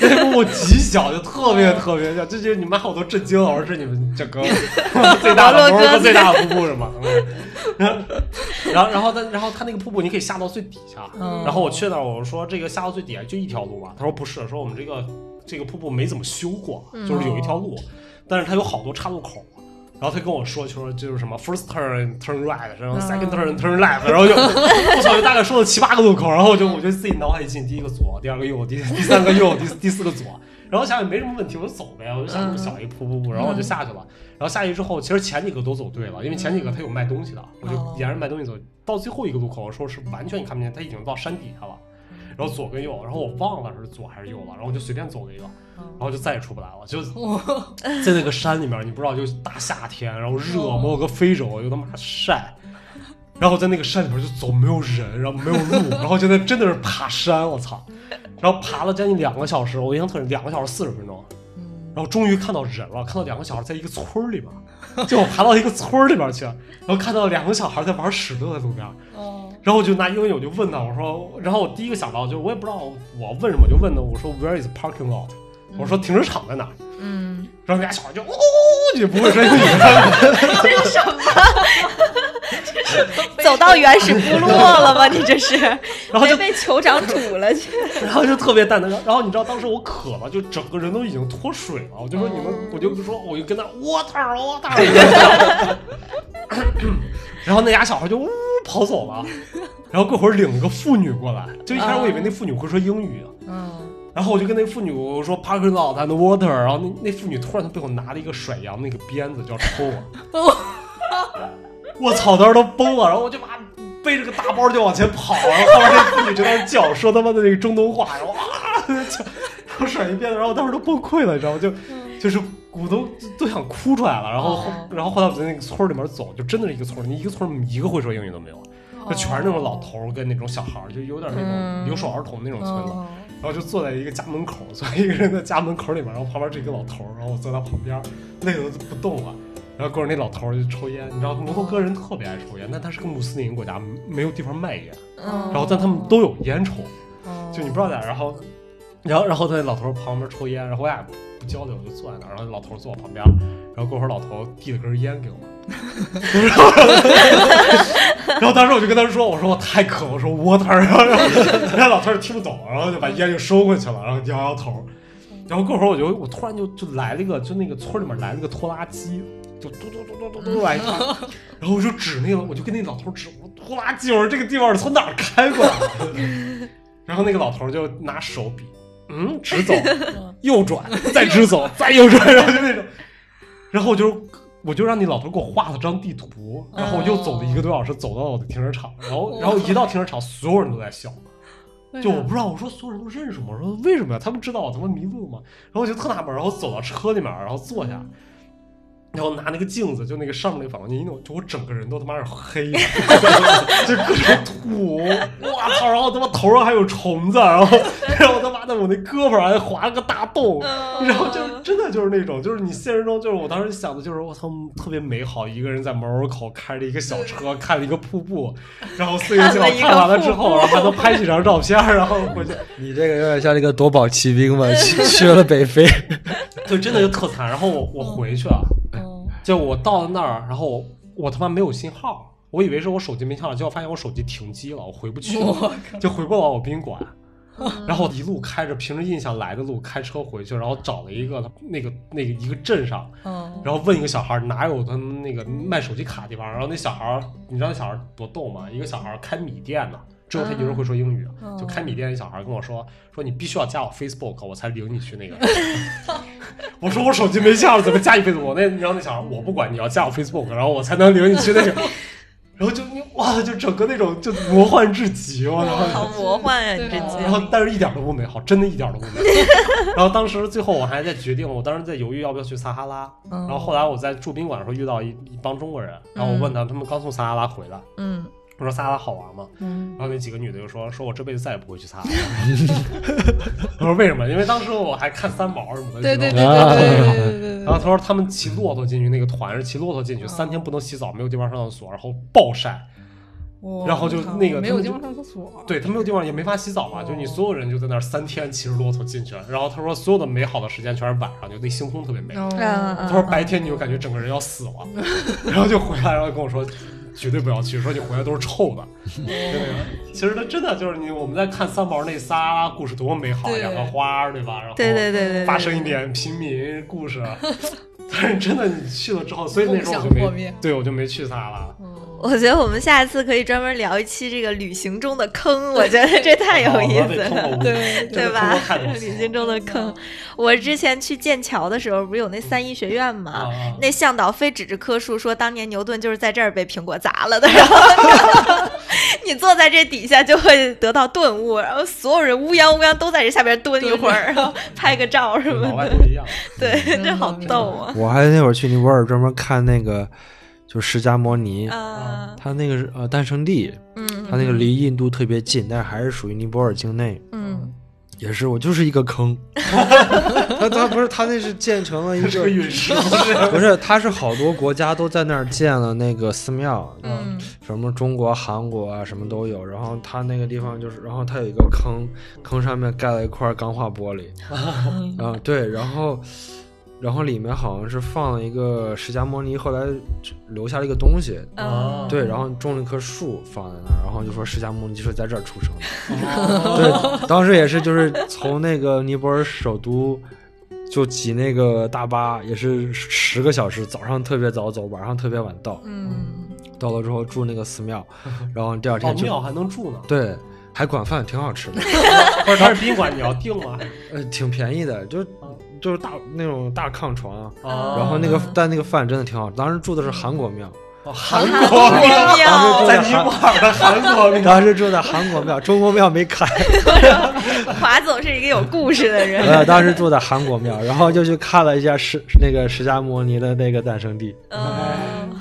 那瀑布极小，就特别特别小，这就是你们好多震惊，我说是你们整个最大的摩摩洛洛哥哥最大的瀑布是吗？嗯然后然后他然后他那个瀑布你可以下到最底下，嗯然后我去那儿我说这个下到最底下就一条路吧，他说不是，说我们这个这个瀑布没怎么修过，就是有一条路，但是它有好多岔路口。然后他跟我说，就说就是什么 first turn turn right，然后 second turn turn left，然后就 (laughs) 我操，就大概说了七八个路口，然后我就我就自己脑海里进第一个左，第二个右，第第三个右，第第四个左，然后想想没什么问题，我就走呗，我就想这么小一瀑布，然后我就下去了。然后下去之后，其实前几个都走对了，因为前几个他有卖东西的，我就沿着卖东西走。到最后一个路口的时候是完全看不见，他已经到山底下了，然后左跟右，然后我忘了是左还是右了，然后我就随便走了一个，然后就再也出不来了，就 (laughs) 在那个山里面，你不知道，就大夏天，然后热，没有个非洲，就他妈晒。然后在那个山里边就走，没有人，然后没有路，然后就在真的是爬山，我操！然后爬了将近两个小时，我印象特深，两个小时四十分钟，然后终于看到人了，看到两个小孩在一个村儿里边，就我爬到一个村儿里边去，然后看到两个小孩在玩石头在路边，哦，然后我就拿英语我就问他，我说，然后我第一个想到就是我也不知道我问什么，我就问他，我说 Where is parking lot？我说停车场在哪儿？嗯，然后那俩小孩就哦，也不会说英语，走到原始部落了吗？你这是然后就没被酋长吐了去？然后就特别淡淡。然后你知道当时我渴了，就整个人都已经脱水了。我就说你们，我就说我就跟那 water water，然后那俩小孩就呜跑走了。然后过会儿领了个妇女过来，就一开始我以为那妇女会说英语，啊嗯，然后我就跟那妇女我说 parking lot and water，然后那那妇女突然从背后拿了一个甩羊那个鞭子就要抽我， (laughs) 我操，当时都崩了，然后我就把。背着个大包就往前跑，然后后面那妇女就在那叫，说他妈的那个中东话，然后啊，就然后甩一鞭子，然后我当时都崩溃了，你知道吗？就就是我都都想哭出来了。然后后然后后来我在那个村儿里面走，就真的是一个村儿，你一个村儿一个会说英语都没有，就全是那种老头儿跟那种小孩儿，就有点那种嗯留守儿童那种村子。哦，然后就坐在一个家门口，坐在一个人的家门口里面，然后旁边是一个老头儿，然后我坐在他旁边，累的都不动了。然后过会儿那老头儿就抽烟，你知道摩洛哥人特别爱抽烟，但他是个穆斯林国家，没有地方卖烟，嗯然后但他们都有烟抽，哦就你不知道咋，然后，然后然后他那老头儿旁边抽烟，然后我俩不交流，我就坐在那儿，然后那老头儿坐我旁边，然后过会儿老头递了根烟给我。 (laughs) 然后，然后当时我就跟他说：“我说我太渴，我说 water。”然 (laughs) 后，然后那老头儿听不懂，然后就把烟就收回去了，然后摇摇头。然后过会儿我就我突然就就来了一个，就那个村里面来了个拖拉机，就嘟嘟嘟嘟嘟嘟来一 (laughs) 趟。然后我就指那个，我就跟那老头指，我说拖拉机，我说这个地方是从哪儿开过来的？ (laughs) 然后那个老头就拿手比，嗯，直走，右 (laughs) 转，再直走，再右转，然后就那种，然后我就我就让那老头给我画了张地图，然后我又走了一个多小时，走到我的停车场，然后然后一到停车场，所有人都在笑。为就啥我不知道，我说所有人都认识我，我说为什么呀？他们知道我他妈迷路吗？然后我就特纳闷，然后走到车里面，然后坐下，然后拿那个镜子，就那个上面那个反光镜一弄，就我整个人都他妈是黑的，就各种土，我操！然后他妈头上还有虫子，然 (laughs) 后然后他妈的我那胳膊还划了个大洞，嗯然后就真的就是那种，就是你现实中就是我当时想的就是我操特别美好，一个人在门口开着一个小车，看了一个瀑布，然后岁月静好看了一个看完了之瀑布后，然后还能拍几张照片，然后回去。你这个有点像那个夺宝奇兵吧，去 (laughs) 去了北非，就真的就特惨。然后我我回去了，哎哦就我到了那儿，然后我我他妈没有信号，我以为是我手机没信号，结果发现我手机停机了，我回不去了，就回不到我宾馆。然后一路开着凭着印象来的路开车回去，然后找了一个那个那个一个镇上，哦，然后问一个小孩儿哪有他们那个卖手机卡的地方，然后那小孩儿你知道那小孩儿多逗吗？一个小孩儿开米店呢，只有他一个人会说英语，就开米店的小孩儿跟我说说你必须要加我 Facebook，我才领你去那个。 (laughs) 我说我手机没信号，怎么加你 Facebook？我那你知道那小孩儿我不管，你要加我 Facebook，然后我才能领你去那个。然后就你哇，就整个那种就魔幻至极，我操！好魔幻呀！你这对啊然后集，但是一点都不美好，真的一点都不美 (laughs) 好。然后当时最后我还在决定，我当时在犹豫要不要去撒哈拉。嗯然后后来我在住宾馆的时候遇到一一帮中国人，然后我问他，他们刚从撒哈拉回来， (laughs) 嗯，我说撒哈拉好玩吗？嗯然后那几个女的就说，说我这辈子再也不会去撒哈拉。 (laughs) 我说为什么？因为当时我还看三毛什么的，对对你知对道吗对对对对对 (laughs) 然后他说他们骑骆驼进去，那个团是骑骆驼进去，三天不能洗澡，没有地方上厕所，然后暴晒。对，然后就哇那个没他有们地就方上厕所，对他没有地方也没法洗澡嘛，就你所有人就在那儿三天骑着骆驼进去，然后他说所有的美好的时间全是晚上，就那星空特别美。哦，嗯他说白天你就感觉整个人要死 (laughs) 了，然后就回来，然后跟我说绝对不要去，说你回来都是臭哦的。对其实他真的就是你我们在看三毛那仨故事多么美好，对养个花儿对吧？然后对对对对对，发生一点平民故啊 (laughs) 事，但是真的你去了之后，所以那时候我梦就想破没灭对我就没去撒哈拉。哦我觉得我们下一次可以专门聊一期这个旅行中的坑，我觉得这太啊有哦意思了。对对吧？ (laughs) 旅行中的坑，我之前去剑桥的时候，不是有那三一学院啊吗？啊那向导非指着棵树说，当年牛顿就是在这儿被苹果砸了的。然后你 (laughs) 坐在这底下就会得到顿悟，然后所有人乌泱乌泱都在这下边蹲一会儿，然后拍个照什老么外的。都一 (laughs) 样。对， (laughs) 真这的好逗啊！我还那会儿去尼泊尔专门看那个，就释迦摩尼，嗯啊，他那个是呃诞生地，嗯他那个离印度特别近，但是还是属于尼泊尔境内，嗯，也是我就是一 (laughs) 个坑。他他不是他那 (laughs) 是建成了一这个个陨石不是不是，他是好多国家都在那儿建了那个寺庙，嗯，什么中国、韩国啊，什么都有。然后他那个地方就是，然后他有一个坑，坑上面盖了一块钢化 (laughs) 玻璃，啊、对，然后，然后里面好像是放了一个释迦摩尼后来留下了一个东西，嗯哦嗯啊对，然后种了一棵树放在那儿，然后就说释迦摩尼就是在这儿出生的。哦对，当时也是就是从那个尼泊尔首都就挤那个大巴，也是十个小时，早上特别早走，晚上特别晚到。嗯， (laughs) 到了之后住那个寺庙，然后第二哦天就、庙还能住呢，对。还管饭挺好吃的，不是它是宾馆，你要订吗？嗯呃，挺便宜的，就嗯就是大那种大炕床，啊，然后那个、嗯但那个饭真的挺好。当时住的是韩国庙，哦韩韩国国庙在尼泊尔的韩国庙，当时住在韩国庙，中国庙没开， (laughs) 华总是一个有故事的 (laughs) 人。呃，当时住在韩国庙，然后就去看了一下释那个释迦摩尼的那个诞生地，嗯，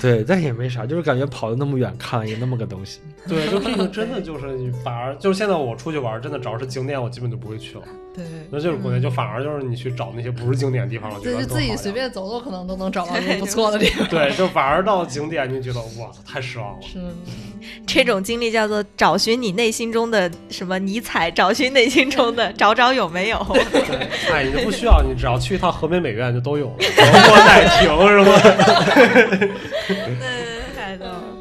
对，但也没啥，就是感觉跑的那么远，看了一个那么个东西。对，就这个真的就是你反而就是现在我出去玩，真的只要是景点，我基本就不会去了。对，那这种国家就反而就是你去找那些不是景点地方，我觉就得是更好自己一随点。便走走，可能都能找到一个不错的地方。对，就反而到景点，你就觉得哇操，太失望了。是，这种经历叫做找寻你内心中的什么尼采，找寻内心中的找找有没有。对，哎，你就不需要，你只要去一趟河北美院就都有了， (laughs) 包括奶亭是吧？嗯，太逗了。 (laughs)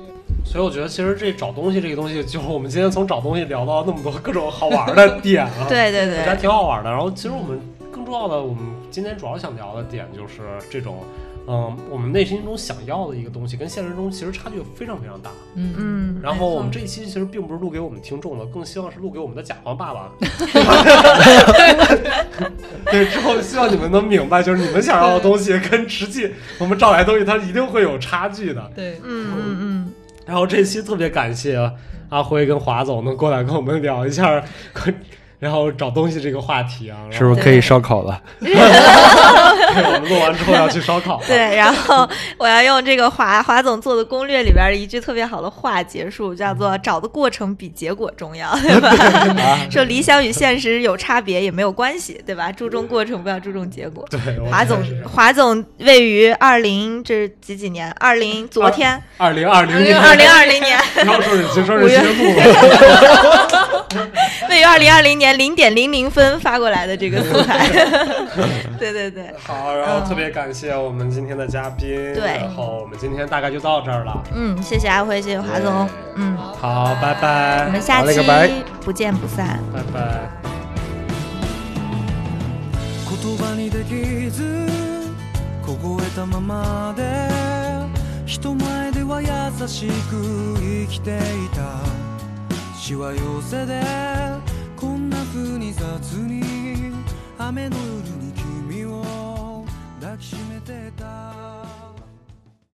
所以我觉得其实这找东西这个东西，就是我们今天从找东西聊到那么多各种好玩的点啊，，对对我觉得还对，挺好玩的。然后其实我们更重要的，我们今天主要想聊的点就是这种。嗯，我们内心中想要的一个东西，跟现实中其实差距非常非常大。嗯，嗯，然后我们这一期其实并不是录给我们听众的，更希望是录给我们的甲方爸 (laughs) 爸。对，之后希望你们能明白，就是你们想要的东西跟实际我们找来的东西，它一定会有差距的。对，嗯嗯然后这期特别感谢阿辉跟华总能过来跟我们聊一下，然后找东西这个话题啊，是不是可以烧烤了？然后我们录完之后要去烧烤了。嗯， (laughs) 对。然后 (laughs) 我要用这个华华总做的攻略里边的一句特别好的话结束，叫做“找的过程比结果重要”，对 (laughs) 啊吧？说理想与现实有差别也没有关系，对吧？注重过程，不要注重结果。对，华总，华总位于二零这是几几年？二零昨天，二零二 (laughs) 零年，二零二零年，不要说是听说是节目了，位于二零二零年零点零零分发过来的这个素 (laughs) 材。对对对，好，然后特别感谢我们今天的嘉宾，对然后我们今天大概就到这儿了，嗯，谢谢阿辉，谢谢华总，嗯，好，拜我拜们，下好嘞期个拜不见不散。拜拜。言葉にできず凍えたままで人前では優しく生きていたしわ寄せでこんな風に雑に雨の夜に君